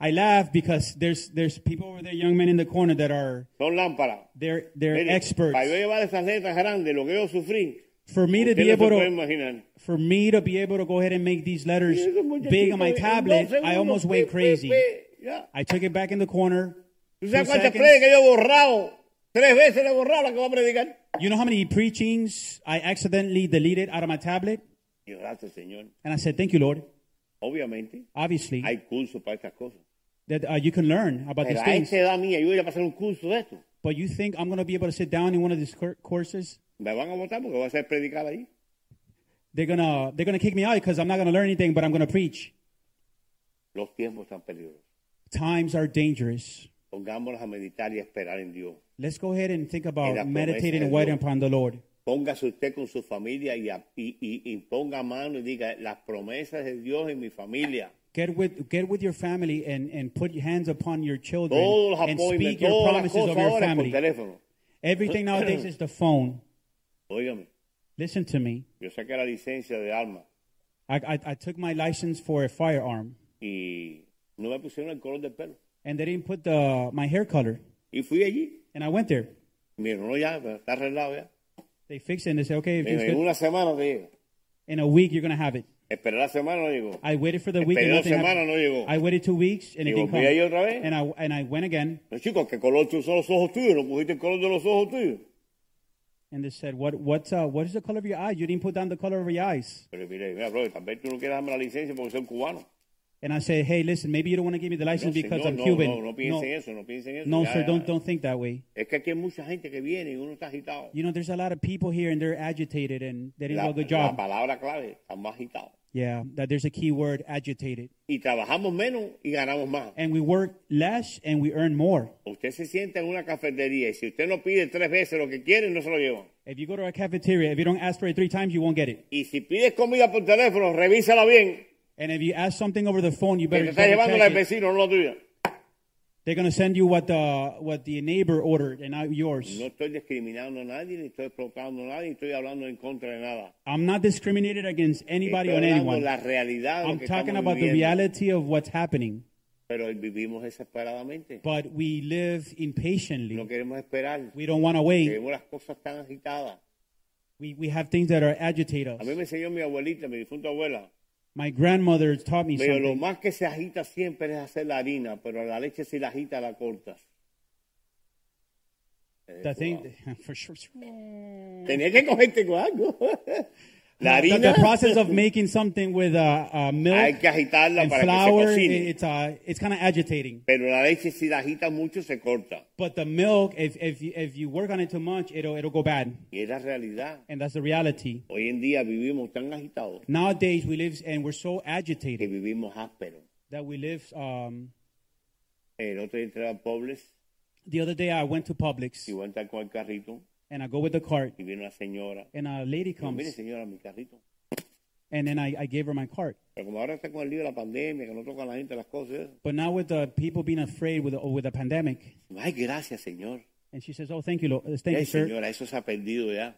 [SPEAKER 2] I laugh because there's there's people over there, young men in the corner that are
[SPEAKER 1] son lámparas.
[SPEAKER 2] they're they're
[SPEAKER 1] Mire,
[SPEAKER 2] experts.
[SPEAKER 1] Para yo llevar esas letras grandes, lo que yo sufrí,
[SPEAKER 2] For me to
[SPEAKER 1] ustedes no
[SPEAKER 2] be
[SPEAKER 1] se
[SPEAKER 2] able
[SPEAKER 1] pueden
[SPEAKER 2] to
[SPEAKER 1] imaginar.
[SPEAKER 2] for me to be able to go ahead and make these letters big on my
[SPEAKER 1] eh,
[SPEAKER 2] tablet, I almost went crazy. I took it back in the corner.
[SPEAKER 1] ¿Tú
[SPEAKER 2] two
[SPEAKER 1] sabes cuántas
[SPEAKER 2] seconds.
[SPEAKER 1] predicas yo he borrado? Tres veces le he borrado la que voy a predicar.
[SPEAKER 2] You know how many preachings I accidentally deleted out of my tablet?
[SPEAKER 1] Y gracias, Señor.
[SPEAKER 2] And I said, "Thank you, Lord."
[SPEAKER 1] Obviamente,
[SPEAKER 2] Obviously,
[SPEAKER 1] hay cursos para estas cosas.
[SPEAKER 2] that uh, you can learn about
[SPEAKER 1] Pero
[SPEAKER 2] these
[SPEAKER 1] a
[SPEAKER 2] things.
[SPEAKER 1] esta edad mía, yo voy a pasar un curso de esto.
[SPEAKER 2] But you think I'm going to be able to sit down in one of these cur- courses?
[SPEAKER 1] Me van a votar porque voy a hacer predicar ahí.
[SPEAKER 2] They're gonna they're gonna kick me out because I'm not gonna learn anything, but I'm gonna preach.
[SPEAKER 1] Los tiempos están peligrosos.
[SPEAKER 2] Times are dangerous.
[SPEAKER 1] Pongámonos a meditar y a esperar en Dios.
[SPEAKER 2] Let's go ahead and think
[SPEAKER 1] En la
[SPEAKER 2] about
[SPEAKER 1] promesa
[SPEAKER 2] meditating
[SPEAKER 1] de
[SPEAKER 2] and waiting
[SPEAKER 1] Dios.
[SPEAKER 2] upon the Lord.
[SPEAKER 1] Póngase usted con su familia y, a- y- y- y ponga mano y diga las promesas de Dios en mi familia.
[SPEAKER 2] Get with get with your family and, and put your hands upon your children
[SPEAKER 1] Todos los
[SPEAKER 2] and
[SPEAKER 1] apoyos,
[SPEAKER 2] speak your
[SPEAKER 1] todas las
[SPEAKER 2] promises
[SPEAKER 1] cosas
[SPEAKER 2] over your
[SPEAKER 1] ahora por
[SPEAKER 2] family.
[SPEAKER 1] teléfono.
[SPEAKER 2] Everything nowadays is the phone.
[SPEAKER 1] Óigame,
[SPEAKER 2] Listen to me.
[SPEAKER 1] yo saqué la licencia de arma
[SPEAKER 2] I, I, I took my license for a firearm
[SPEAKER 1] y no me pusieron el color del pelo.
[SPEAKER 2] and they didn't put the my hair color.
[SPEAKER 1] Y fui allí.
[SPEAKER 2] And I went there.
[SPEAKER 1] Mira, no, ya, pero está arreglado ya.
[SPEAKER 2] They fixed it and they said, Okay, if
[SPEAKER 1] En,
[SPEAKER 2] it's
[SPEAKER 1] en
[SPEAKER 2] good,
[SPEAKER 1] una semana te llega.
[SPEAKER 2] in a week you're gonna have it.
[SPEAKER 1] Esperé la semana, no llegó.
[SPEAKER 2] I waited for the
[SPEAKER 1] Esperé
[SPEAKER 2] week and
[SPEAKER 1] dos
[SPEAKER 2] nothing
[SPEAKER 1] semanas,
[SPEAKER 2] happened.
[SPEAKER 1] no llegó.
[SPEAKER 2] I waited two weeks and
[SPEAKER 1] Y
[SPEAKER 2] it didn't come.
[SPEAKER 1] volví ahí otra vez.
[SPEAKER 2] And I and I went again
[SPEAKER 1] No, chicos, ¿qué color tú son los ojos tuyos? ¿No pusiste el color de los ojos tuyos?
[SPEAKER 2] and they said, What what's uh, what is the color of your eyes? You didn't put down the color of your eyes.
[SPEAKER 1] Pero mire, mira, bro, tal vez tú no quieras darme la licencia porque soy cubano.
[SPEAKER 2] And I said, Hey, listen, maybe you don't want to give me the
[SPEAKER 1] No,
[SPEAKER 2] license because
[SPEAKER 1] señor,
[SPEAKER 2] I'm
[SPEAKER 1] no,
[SPEAKER 2] Cuban.
[SPEAKER 1] no, no piensen eso, no piensen eso.
[SPEAKER 2] No,
[SPEAKER 1] Ya,
[SPEAKER 2] sir,
[SPEAKER 1] ya.
[SPEAKER 2] don't don't think that way.
[SPEAKER 1] Es que aquí hay mucha gente que viene y uno está agitado.
[SPEAKER 2] You know, there's a lot of people here and they're agitated and they didn't
[SPEAKER 1] La,
[SPEAKER 2] do a good
[SPEAKER 1] la
[SPEAKER 2] job.
[SPEAKER 1] palabra clave, estamos agitados.
[SPEAKER 2] Yeah, that there's a key word, agitated.
[SPEAKER 1] Y trabajamos menos y ganamos más.
[SPEAKER 2] And we work less and we earn more.
[SPEAKER 1] Usted se sienta en una cafetería y si usted no pide tres veces lo que quiere, no se lo llevan.
[SPEAKER 2] If you go to a cafeteria, if you don't ask for it three times, you won't get it.
[SPEAKER 1] Y si pides comida por teléfono, revísala bien.
[SPEAKER 2] And if you ask something over the phone, you
[SPEAKER 1] Que te
[SPEAKER 2] better double
[SPEAKER 1] está llevando la
[SPEAKER 2] check
[SPEAKER 1] del
[SPEAKER 2] it.
[SPEAKER 1] vecino, no la tuya.
[SPEAKER 2] They're gonna send you what the what the neighbor ordered and not yours.
[SPEAKER 1] No estoy discriminando a nadie, ni estoy explotando a nadie, ni estoy hablando en contra de nada.
[SPEAKER 2] I'm not discriminated against anybody
[SPEAKER 1] estoy
[SPEAKER 2] on
[SPEAKER 1] hablando
[SPEAKER 2] anyone.
[SPEAKER 1] la realidad de lo
[SPEAKER 2] I'm
[SPEAKER 1] que
[SPEAKER 2] talking
[SPEAKER 1] estamos
[SPEAKER 2] about the
[SPEAKER 1] viviendo.
[SPEAKER 2] reality of what's happening.
[SPEAKER 1] Pero vivimos desesperadamente.
[SPEAKER 2] But we live
[SPEAKER 1] No
[SPEAKER 2] impatiently.
[SPEAKER 1] queremos esperar.
[SPEAKER 2] We don't want to wait.
[SPEAKER 1] Queremos las cosas tan agitadas.
[SPEAKER 2] We, we have things that are agitate us.
[SPEAKER 1] A mí me enseñó mi abuelita, mi difunta abuela.
[SPEAKER 2] My grandmother taught me
[SPEAKER 1] Pero lo
[SPEAKER 2] something.
[SPEAKER 1] más que se agita siempre es hacer la harina, pero la leche si la agita la cortas.
[SPEAKER 2] The thing, for sure.
[SPEAKER 1] Tenía que cogerte con algo. La
[SPEAKER 2] The,
[SPEAKER 1] harina
[SPEAKER 2] the process of making something with uh, uh,
[SPEAKER 1] hay
[SPEAKER 2] milk
[SPEAKER 1] que agitarla
[SPEAKER 2] and
[SPEAKER 1] para que se
[SPEAKER 2] flour, it-
[SPEAKER 1] cocine.
[SPEAKER 2] it's uh, it's kind of agitating.
[SPEAKER 1] Pero la leche si la agita mucho se corta.
[SPEAKER 2] But the milk, if if you, if you work on it too much, it'll it'll go bad,
[SPEAKER 1] Y es la realidad.
[SPEAKER 2] and that's the reality.
[SPEAKER 1] Hoy en día vivimos tan agitados
[SPEAKER 2] Nowadays, we live and we're so
[SPEAKER 1] que
[SPEAKER 2] agitated
[SPEAKER 1] vivimos ásperos.
[SPEAKER 2] that we live. Um,
[SPEAKER 1] El otro día entré a Pobles
[SPEAKER 2] the other day, I went to Publix
[SPEAKER 1] y voy a entrar con el carrito
[SPEAKER 2] and I go with the cart,
[SPEAKER 1] y viene una señora.
[SPEAKER 2] and a lady
[SPEAKER 1] Digo, Mire
[SPEAKER 2] comes,
[SPEAKER 1] señora, mi carrito.
[SPEAKER 2] and then I, I gave her my cart.
[SPEAKER 1] Pero como ahora está con el lío de la pandemia, que no tocan a la gente las cosas, y eso.
[SPEAKER 2] But now with the people being afraid with the, with the pandemic,
[SPEAKER 1] ay, gracias, señor.
[SPEAKER 2] and she says, "Oh, thank you, Lord. thank
[SPEAKER 1] Ay,
[SPEAKER 2] you, sir."
[SPEAKER 1] señora, eso se ha perdido ya.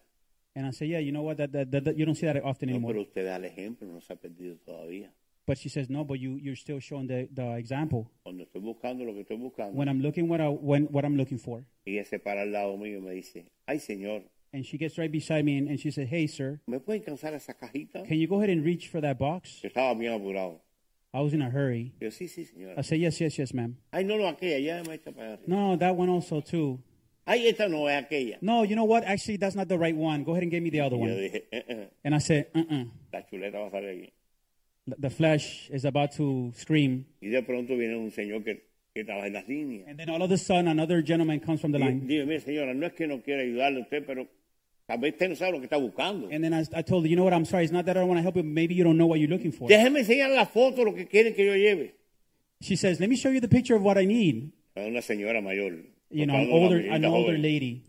[SPEAKER 2] And I say, "Yeah, you know what? That, that, that, that- you don't see that often
[SPEAKER 1] No,
[SPEAKER 2] anymore."
[SPEAKER 1] pero usted da el ejemplo, no se ha perdido todavía.
[SPEAKER 2] But she says, "No, but you you're still showing the, the example."
[SPEAKER 1] Cuando estoy buscando lo que estoy buscando,
[SPEAKER 2] When I'm looking what I when what I'm looking for,
[SPEAKER 1] ella se para al lado mío y me dice, ay, señor,
[SPEAKER 2] and she gets right beside me and, and she says, "Hey, sir,
[SPEAKER 1] ¿me pueden cansar esa cajita?
[SPEAKER 2] can you go ahead and reach for that box?"
[SPEAKER 1] Yo estaba bien apurado.
[SPEAKER 2] I was in a hurry.
[SPEAKER 1] Yo, sí, sí, señora.
[SPEAKER 2] I said, yes, yes, yes, ma'am.
[SPEAKER 1] Ay, no, no, aquella, ya me echa para arriba.
[SPEAKER 2] No, that one also too.
[SPEAKER 1] Ay, esta no es aquella.
[SPEAKER 2] No, you know what? Actually, that's not the right one. Go ahead and give me the other
[SPEAKER 1] Y yo
[SPEAKER 2] one.
[SPEAKER 1] dije, eh, eh,
[SPEAKER 2] And I said, uh-uh.
[SPEAKER 1] la chuleta va a salir aquí.
[SPEAKER 2] Th- The flesh is about to scream.
[SPEAKER 1] Y de pronto viene un señor que, que trabaja en las líneas.
[SPEAKER 2] And then all of a sudden, another gentleman comes from the
[SPEAKER 1] Y
[SPEAKER 2] line.
[SPEAKER 1] Dime, mire, señora, no es que no quiera ayudarle a usted, pero tal vez usted no sabe lo que está buscando.
[SPEAKER 2] And then I, I told her, you know what? I'm sorry. It's not that I don't want to help you. but Maybe you don't know what you're looking for.
[SPEAKER 1] Déjeme enseñar la foto, lo que quieren que yo lleve.
[SPEAKER 2] She says, let me show you the picture of what I need.
[SPEAKER 1] A Una señora mayor.
[SPEAKER 2] You know,
[SPEAKER 1] tocando
[SPEAKER 2] an
[SPEAKER 1] una
[SPEAKER 2] older,
[SPEAKER 1] muñeca
[SPEAKER 2] an older
[SPEAKER 1] joven.
[SPEAKER 2] lady.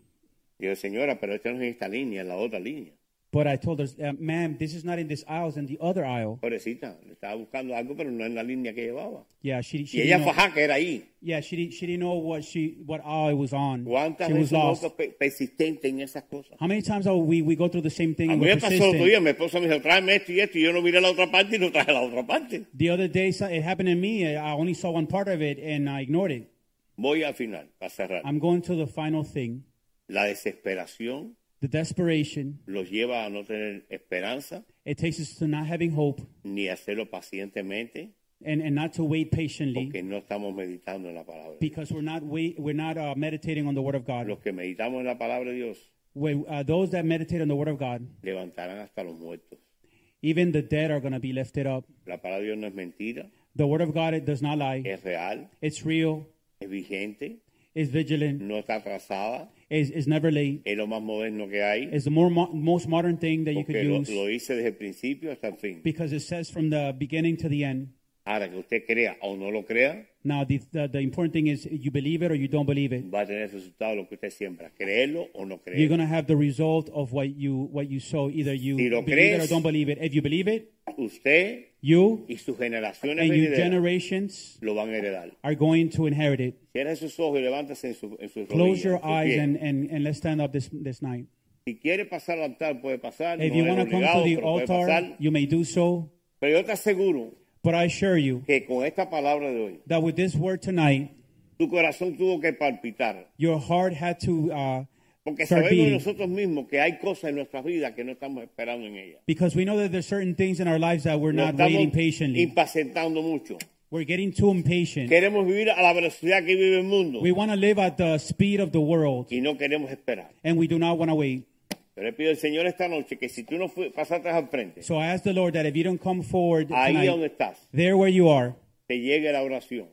[SPEAKER 1] Digo, señora, pero esta no es en esta línea, en la otra línea.
[SPEAKER 2] But I told her, uh, ma'am, this is not in this aisle. It's in the other aisle.
[SPEAKER 1] Pobrecita, le estaba buscando algo, pero no en la línea que llevaba.
[SPEAKER 2] Yeah, she, she
[SPEAKER 1] Y ella
[SPEAKER 2] didn't know,
[SPEAKER 1] fajá que era ahí.
[SPEAKER 2] yeah, she, didn't- she didn't know what she what aisle it was on.
[SPEAKER 1] ¿Cuántas
[SPEAKER 2] She
[SPEAKER 1] veces
[SPEAKER 2] was
[SPEAKER 1] somos
[SPEAKER 2] lost.
[SPEAKER 1] pe- persistentes en esas cosas?
[SPEAKER 2] How many times are we, we go through the same thing
[SPEAKER 1] A
[SPEAKER 2] and
[SPEAKER 1] mí
[SPEAKER 2] we're
[SPEAKER 1] me Ah, pasó el otro
[SPEAKER 2] persistent?
[SPEAKER 1] día, mi esposa me dijo, tráeme esto y esto, y yo no miré la otra parte y no traje la otra parte.
[SPEAKER 2] The other day, so- it happened to me. I only saw one part of it and I ignored it.
[SPEAKER 1] Voy al final, para cerrar.
[SPEAKER 2] I'm going to the final thing.
[SPEAKER 1] La desesperación
[SPEAKER 2] The desperation.
[SPEAKER 1] los lleva a no tener esperanza,
[SPEAKER 2] It takes us to not having hope
[SPEAKER 1] ni hacerlo pacientemente,
[SPEAKER 2] and, and not to wait patiently
[SPEAKER 1] porque no estamos meditando en la palabra.
[SPEAKER 2] because we're not wait, we're not uh, meditating on the Word of God.
[SPEAKER 1] Los que meditamos en la palabra de Dios
[SPEAKER 2] When, uh, those that meditate on the Word of God,
[SPEAKER 1] levantarán hasta los muertos.
[SPEAKER 2] even the dead are going to be lifted up.
[SPEAKER 1] La palabra de Dios no es mentira,
[SPEAKER 2] The Word of God it does not lie.
[SPEAKER 1] es real,
[SPEAKER 2] It's real.
[SPEAKER 1] es vigente,
[SPEAKER 2] It's vigilant.
[SPEAKER 1] no está atrasada,
[SPEAKER 2] It's, it's never late.
[SPEAKER 1] es lo más moderno que hay,
[SPEAKER 2] It's the more mo- most modern thing that you could
[SPEAKER 1] porque lo,
[SPEAKER 2] use
[SPEAKER 1] lo hice desde el principio hasta el fin.
[SPEAKER 2] because it says from the beginning to the end.
[SPEAKER 1] Ahora que usted crea o no lo crea,
[SPEAKER 2] Now, the, the, the important thing is you believe it or you don't believe it.
[SPEAKER 1] va a tener resultado lo que usted siembra, creerlo o no
[SPEAKER 2] You're
[SPEAKER 1] creerlo.
[SPEAKER 2] gonna have the result of what you what you sow. Either you
[SPEAKER 1] Si lo
[SPEAKER 2] believe it or
[SPEAKER 1] crees-
[SPEAKER 2] don't believe it. If you believe it,
[SPEAKER 1] Usted
[SPEAKER 2] you
[SPEAKER 1] y sus generaciones
[SPEAKER 2] and your
[SPEAKER 1] venideras
[SPEAKER 2] generations
[SPEAKER 1] lo van a heredar.
[SPEAKER 2] are going to inherit it.
[SPEAKER 1] Cierra sus ojos y levántase en, su, en sus rodillas,
[SPEAKER 2] Close
[SPEAKER 1] en
[SPEAKER 2] your
[SPEAKER 1] sus
[SPEAKER 2] eyes
[SPEAKER 1] pies.
[SPEAKER 2] and, and, and let's stand up this this night.
[SPEAKER 1] Si quiere pasar al altar, puede pasar.
[SPEAKER 2] If
[SPEAKER 1] no
[SPEAKER 2] you
[SPEAKER 1] es
[SPEAKER 2] want to come to
[SPEAKER 1] obligado,
[SPEAKER 2] the
[SPEAKER 1] pero puede
[SPEAKER 2] altar,
[SPEAKER 1] pasar.
[SPEAKER 2] you may do so.
[SPEAKER 1] Pero yo te aseguro
[SPEAKER 2] But I assure you
[SPEAKER 1] que con esta palabra de hoy,
[SPEAKER 2] that with this word tonight,
[SPEAKER 1] tu corazón tuvo que palpitar.
[SPEAKER 2] your heart had to uh,
[SPEAKER 1] Porque
[SPEAKER 2] start
[SPEAKER 1] sabemos
[SPEAKER 2] beating
[SPEAKER 1] nosotros mismos que hay cosas en nuestras vidas que no estamos esperando en ellas.
[SPEAKER 2] because we know that there's certain things in our lives that we're
[SPEAKER 1] Nos
[SPEAKER 2] not
[SPEAKER 1] estamos
[SPEAKER 2] waiting patiently.
[SPEAKER 1] impacientando mucho.
[SPEAKER 2] We're getting too impatient.
[SPEAKER 1] Queremos vivir a la velocidad que vive el mundo
[SPEAKER 2] We want to live at the speed of the world,
[SPEAKER 1] y no queremos esperar.
[SPEAKER 2] and we do not want to wait.
[SPEAKER 1] Yo le pido al Señor esta noche que si tú no fue- pasaste al frente,
[SPEAKER 2] So I ask the Lord that if you don't come forward
[SPEAKER 1] ahí donde
[SPEAKER 2] tonight,
[SPEAKER 1] estás,
[SPEAKER 2] there where you are,
[SPEAKER 1] te llegue la oración,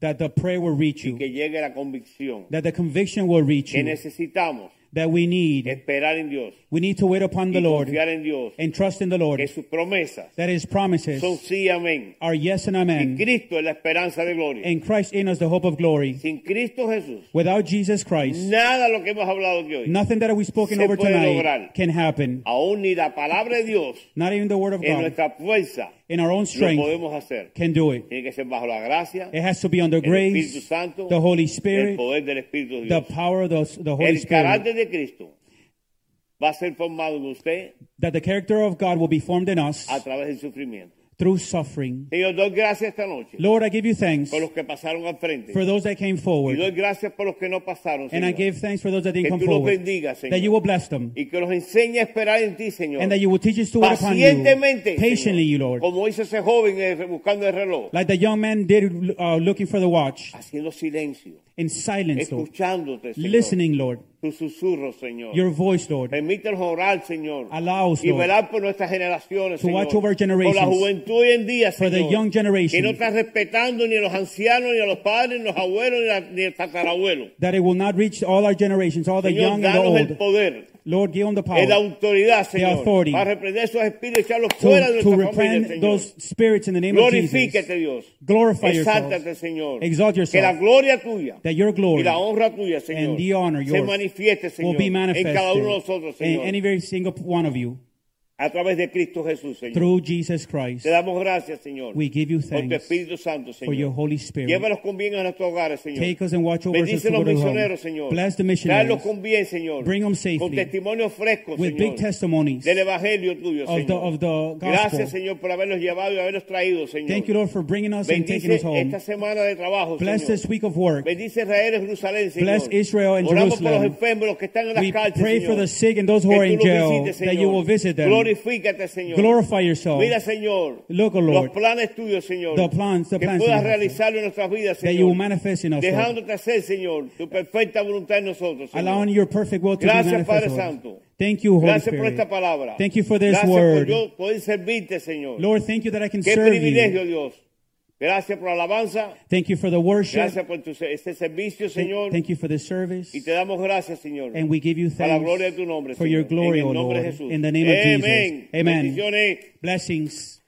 [SPEAKER 2] that the prayer will reach
[SPEAKER 1] que
[SPEAKER 2] you,
[SPEAKER 1] llegue la convicción
[SPEAKER 2] that the conviction will reach
[SPEAKER 1] que
[SPEAKER 2] you,
[SPEAKER 1] necesitamos
[SPEAKER 2] that we need.
[SPEAKER 1] esperar en Dios
[SPEAKER 2] We need to wait upon the
[SPEAKER 1] y
[SPEAKER 2] Lord
[SPEAKER 1] confiar en Dios,
[SPEAKER 2] and trust in the Lord,
[SPEAKER 1] que sus promesas
[SPEAKER 2] that His promises
[SPEAKER 1] son sí, amén.
[SPEAKER 2] are yes and
[SPEAKER 1] Y
[SPEAKER 2] amen,
[SPEAKER 1] Cristo es la esperanza de gloria.
[SPEAKER 2] and Christ in us the hope of glory.
[SPEAKER 1] Sin Cristo Jesús,
[SPEAKER 2] Without Jesus Christ,
[SPEAKER 1] nada de lo que hemos hablado aquí hoy,
[SPEAKER 2] nothing that we've spoken
[SPEAKER 1] Se
[SPEAKER 2] over
[SPEAKER 1] puede lograr.
[SPEAKER 2] tonight can happen.
[SPEAKER 1] aún ni la palabra de Dios
[SPEAKER 2] Not even the Word of
[SPEAKER 1] en
[SPEAKER 2] God,
[SPEAKER 1] nuestra fuerza
[SPEAKER 2] in our own
[SPEAKER 1] lo
[SPEAKER 2] strength,
[SPEAKER 1] podemos hacer.
[SPEAKER 2] can do it.
[SPEAKER 1] Tiene que ser bajo la gracia,
[SPEAKER 2] It has to be under
[SPEAKER 1] el Espíritu
[SPEAKER 2] grace,
[SPEAKER 1] Santo,
[SPEAKER 2] the Holy
[SPEAKER 1] el
[SPEAKER 2] Spirit,
[SPEAKER 1] poder del Espíritu de
[SPEAKER 2] the
[SPEAKER 1] Dios.
[SPEAKER 2] power of the, the Holy
[SPEAKER 1] El
[SPEAKER 2] Spirit.
[SPEAKER 1] carácter de Cristo va a ser formado en usted
[SPEAKER 2] that the character of God will be formed in us
[SPEAKER 1] a través del sufrimiento.
[SPEAKER 2] through suffering.
[SPEAKER 1] Y yo doy gracias esta noche
[SPEAKER 2] Lord, I give you thanks
[SPEAKER 1] por los que pasaron al frente.
[SPEAKER 2] for those that came
[SPEAKER 1] Y
[SPEAKER 2] forward,
[SPEAKER 1] doy gracias por los que no pasaron,
[SPEAKER 2] and I
[SPEAKER 1] Señor.
[SPEAKER 2] give thanks for those that didn't
[SPEAKER 1] Que
[SPEAKER 2] come
[SPEAKER 1] tú los
[SPEAKER 2] forward.
[SPEAKER 1] bendigas, Señor.
[SPEAKER 2] That you will bless them,
[SPEAKER 1] y que los enseñe a esperar en ti, Señor.
[SPEAKER 2] and that you will teach us to wait upon you
[SPEAKER 1] Pacientemente,
[SPEAKER 2] patiently, you
[SPEAKER 1] Señor.
[SPEAKER 2] Lord,
[SPEAKER 1] como hizo ese joven eh, buscando el reloj,
[SPEAKER 2] like the young man did, uh, looking for the watch
[SPEAKER 1] haciendo silencio,
[SPEAKER 2] in silence, Lord,
[SPEAKER 1] escuchándote, Señor.
[SPEAKER 2] listening, Lord,
[SPEAKER 1] Tu susurro, Señor.
[SPEAKER 2] your voice, Lord,
[SPEAKER 1] Permítanos orar, Señor.
[SPEAKER 2] Allow us,
[SPEAKER 1] y
[SPEAKER 2] Lord,
[SPEAKER 1] velar por nuestras generaciones,
[SPEAKER 2] to
[SPEAKER 1] Señor.
[SPEAKER 2] watch over generations.
[SPEAKER 1] por la juventud hoy en día,
[SPEAKER 2] For the
[SPEAKER 1] Señor.
[SPEAKER 2] young generation.
[SPEAKER 1] Que no está respetando ni a los ancianos, ni a los padres, ni a los abuelos, ni, a, ni a tatarabuelos.
[SPEAKER 2] that it will not reach all our generations, all the
[SPEAKER 1] Señor,
[SPEAKER 2] young and the
[SPEAKER 1] danos el
[SPEAKER 2] old.
[SPEAKER 1] poder, eh,
[SPEAKER 2] Lord, give them the
[SPEAKER 1] la
[SPEAKER 2] power
[SPEAKER 1] autoridad, Señor,
[SPEAKER 2] authority.
[SPEAKER 1] para reprender esos espíritus y echarlos fuera de
[SPEAKER 2] to, to
[SPEAKER 1] nuestra familia,
[SPEAKER 2] reprend
[SPEAKER 1] Señor.
[SPEAKER 2] those spirits in the name of Jesus.
[SPEAKER 1] Glorifícate, Dios.
[SPEAKER 2] Glorify
[SPEAKER 1] Exáltate,
[SPEAKER 2] yourself,
[SPEAKER 1] Señor.
[SPEAKER 2] Exalt
[SPEAKER 1] Que la
[SPEAKER 2] yourself.
[SPEAKER 1] gloria tuya
[SPEAKER 2] that your
[SPEAKER 1] y
[SPEAKER 2] glory
[SPEAKER 1] la honra tuya, Señor,
[SPEAKER 2] and the honor
[SPEAKER 1] se
[SPEAKER 2] yours
[SPEAKER 1] manifieste, Señor,
[SPEAKER 2] will be
[SPEAKER 1] en
[SPEAKER 2] manifested
[SPEAKER 1] cada uno de nosotros,
[SPEAKER 2] in
[SPEAKER 1] Señor,
[SPEAKER 2] any very single one of you
[SPEAKER 1] a través de Cristo Jesús, Señor.
[SPEAKER 2] through Jesus Christ.
[SPEAKER 1] Te damos gracias, Señor,
[SPEAKER 2] We give you
[SPEAKER 1] por tu
[SPEAKER 2] thanks
[SPEAKER 1] Espíritu Santo,
[SPEAKER 2] for your
[SPEAKER 1] Señor.
[SPEAKER 2] Holy Spirit.
[SPEAKER 1] Llévalos con bien a nuestros hogares, Señor.
[SPEAKER 2] Take us and watch over us
[SPEAKER 1] Bendice
[SPEAKER 2] as we
[SPEAKER 1] los
[SPEAKER 2] go to
[SPEAKER 1] misioneros,
[SPEAKER 2] home.
[SPEAKER 1] Señor.
[SPEAKER 2] Bless the
[SPEAKER 1] Tráelos
[SPEAKER 2] missionaries
[SPEAKER 1] con bien, Señor.
[SPEAKER 2] Bring them
[SPEAKER 1] Con
[SPEAKER 2] safely.
[SPEAKER 1] testimonios frescos,
[SPEAKER 2] with big
[SPEAKER 1] Señor.
[SPEAKER 2] testimonies.
[SPEAKER 1] Del evangelio tuyo,
[SPEAKER 2] of the- of the
[SPEAKER 1] Señor.
[SPEAKER 2] gospel.
[SPEAKER 1] Gracias, Señor, por habernos llevado y habernos traído, Señor.
[SPEAKER 2] Thank you, Lord, for bringing us and taking
[SPEAKER 1] Bendice
[SPEAKER 2] us home.
[SPEAKER 1] esta semana de trabajo,
[SPEAKER 2] Bless
[SPEAKER 1] Señor.
[SPEAKER 2] this week of work.
[SPEAKER 1] Bendice Israel y Jerusalén, Señor.
[SPEAKER 2] Bless Israel and
[SPEAKER 1] Oramos por los
[SPEAKER 2] Jerusalem.
[SPEAKER 1] enfermos, los que están en las
[SPEAKER 2] We
[SPEAKER 1] cárceles,
[SPEAKER 2] pray
[SPEAKER 1] Señor.
[SPEAKER 2] for the sick and those who
[SPEAKER 1] Que
[SPEAKER 2] are
[SPEAKER 1] tú
[SPEAKER 2] in
[SPEAKER 1] los
[SPEAKER 2] jail
[SPEAKER 1] visites,
[SPEAKER 2] that
[SPEAKER 1] Señor.
[SPEAKER 2] you will visit them.
[SPEAKER 1] Glorifícate, Señor.
[SPEAKER 2] Glorify yourself
[SPEAKER 1] Mira, Señor,
[SPEAKER 2] Look, O
[SPEAKER 1] los
[SPEAKER 2] Lord,
[SPEAKER 1] planes tuyos, Señor,
[SPEAKER 2] the plans- the
[SPEAKER 1] que
[SPEAKER 2] plans
[SPEAKER 1] puedas
[SPEAKER 2] you have,
[SPEAKER 1] realizarlo en nuestras vidas,
[SPEAKER 2] that you will
[SPEAKER 1] Señor,
[SPEAKER 2] manifest in us. Lord.
[SPEAKER 1] dejándote hacer, Señor, tu perfecta voluntad en nosotros,
[SPEAKER 2] Allowing
[SPEAKER 1] Señor.
[SPEAKER 2] your perfect will to
[SPEAKER 1] Gracias,
[SPEAKER 2] be manifest.
[SPEAKER 1] Padre
[SPEAKER 2] Lord.
[SPEAKER 1] Santo.
[SPEAKER 2] Thank you, Holy
[SPEAKER 1] Gracias por
[SPEAKER 2] Spirit.
[SPEAKER 1] esta palabra.
[SPEAKER 2] Thank you for this
[SPEAKER 1] Gracias por
[SPEAKER 2] word.
[SPEAKER 1] yo poder servirte, Señor.
[SPEAKER 2] Lord, thank you that I can
[SPEAKER 1] Qué
[SPEAKER 2] serve
[SPEAKER 1] privilegio,
[SPEAKER 2] you.
[SPEAKER 1] Dios. Gracias por la alabanza.
[SPEAKER 2] Thank you for the worship.
[SPEAKER 1] Gracias por tu- este servicio, Señor.
[SPEAKER 2] Thank you for the service.
[SPEAKER 1] Y te damos gracias, Señor.
[SPEAKER 2] And we give you
[SPEAKER 1] Para la gloria de
[SPEAKER 2] thanks
[SPEAKER 1] tu nombre,
[SPEAKER 2] for your
[SPEAKER 1] Señor.
[SPEAKER 2] glory,
[SPEAKER 1] en
[SPEAKER 2] O
[SPEAKER 1] el nombre
[SPEAKER 2] Lord.
[SPEAKER 1] de Jesús.
[SPEAKER 2] In the name of Jesus.
[SPEAKER 1] Amén.
[SPEAKER 2] Amen.
[SPEAKER 1] Bendiciones.
[SPEAKER 2] Blessings.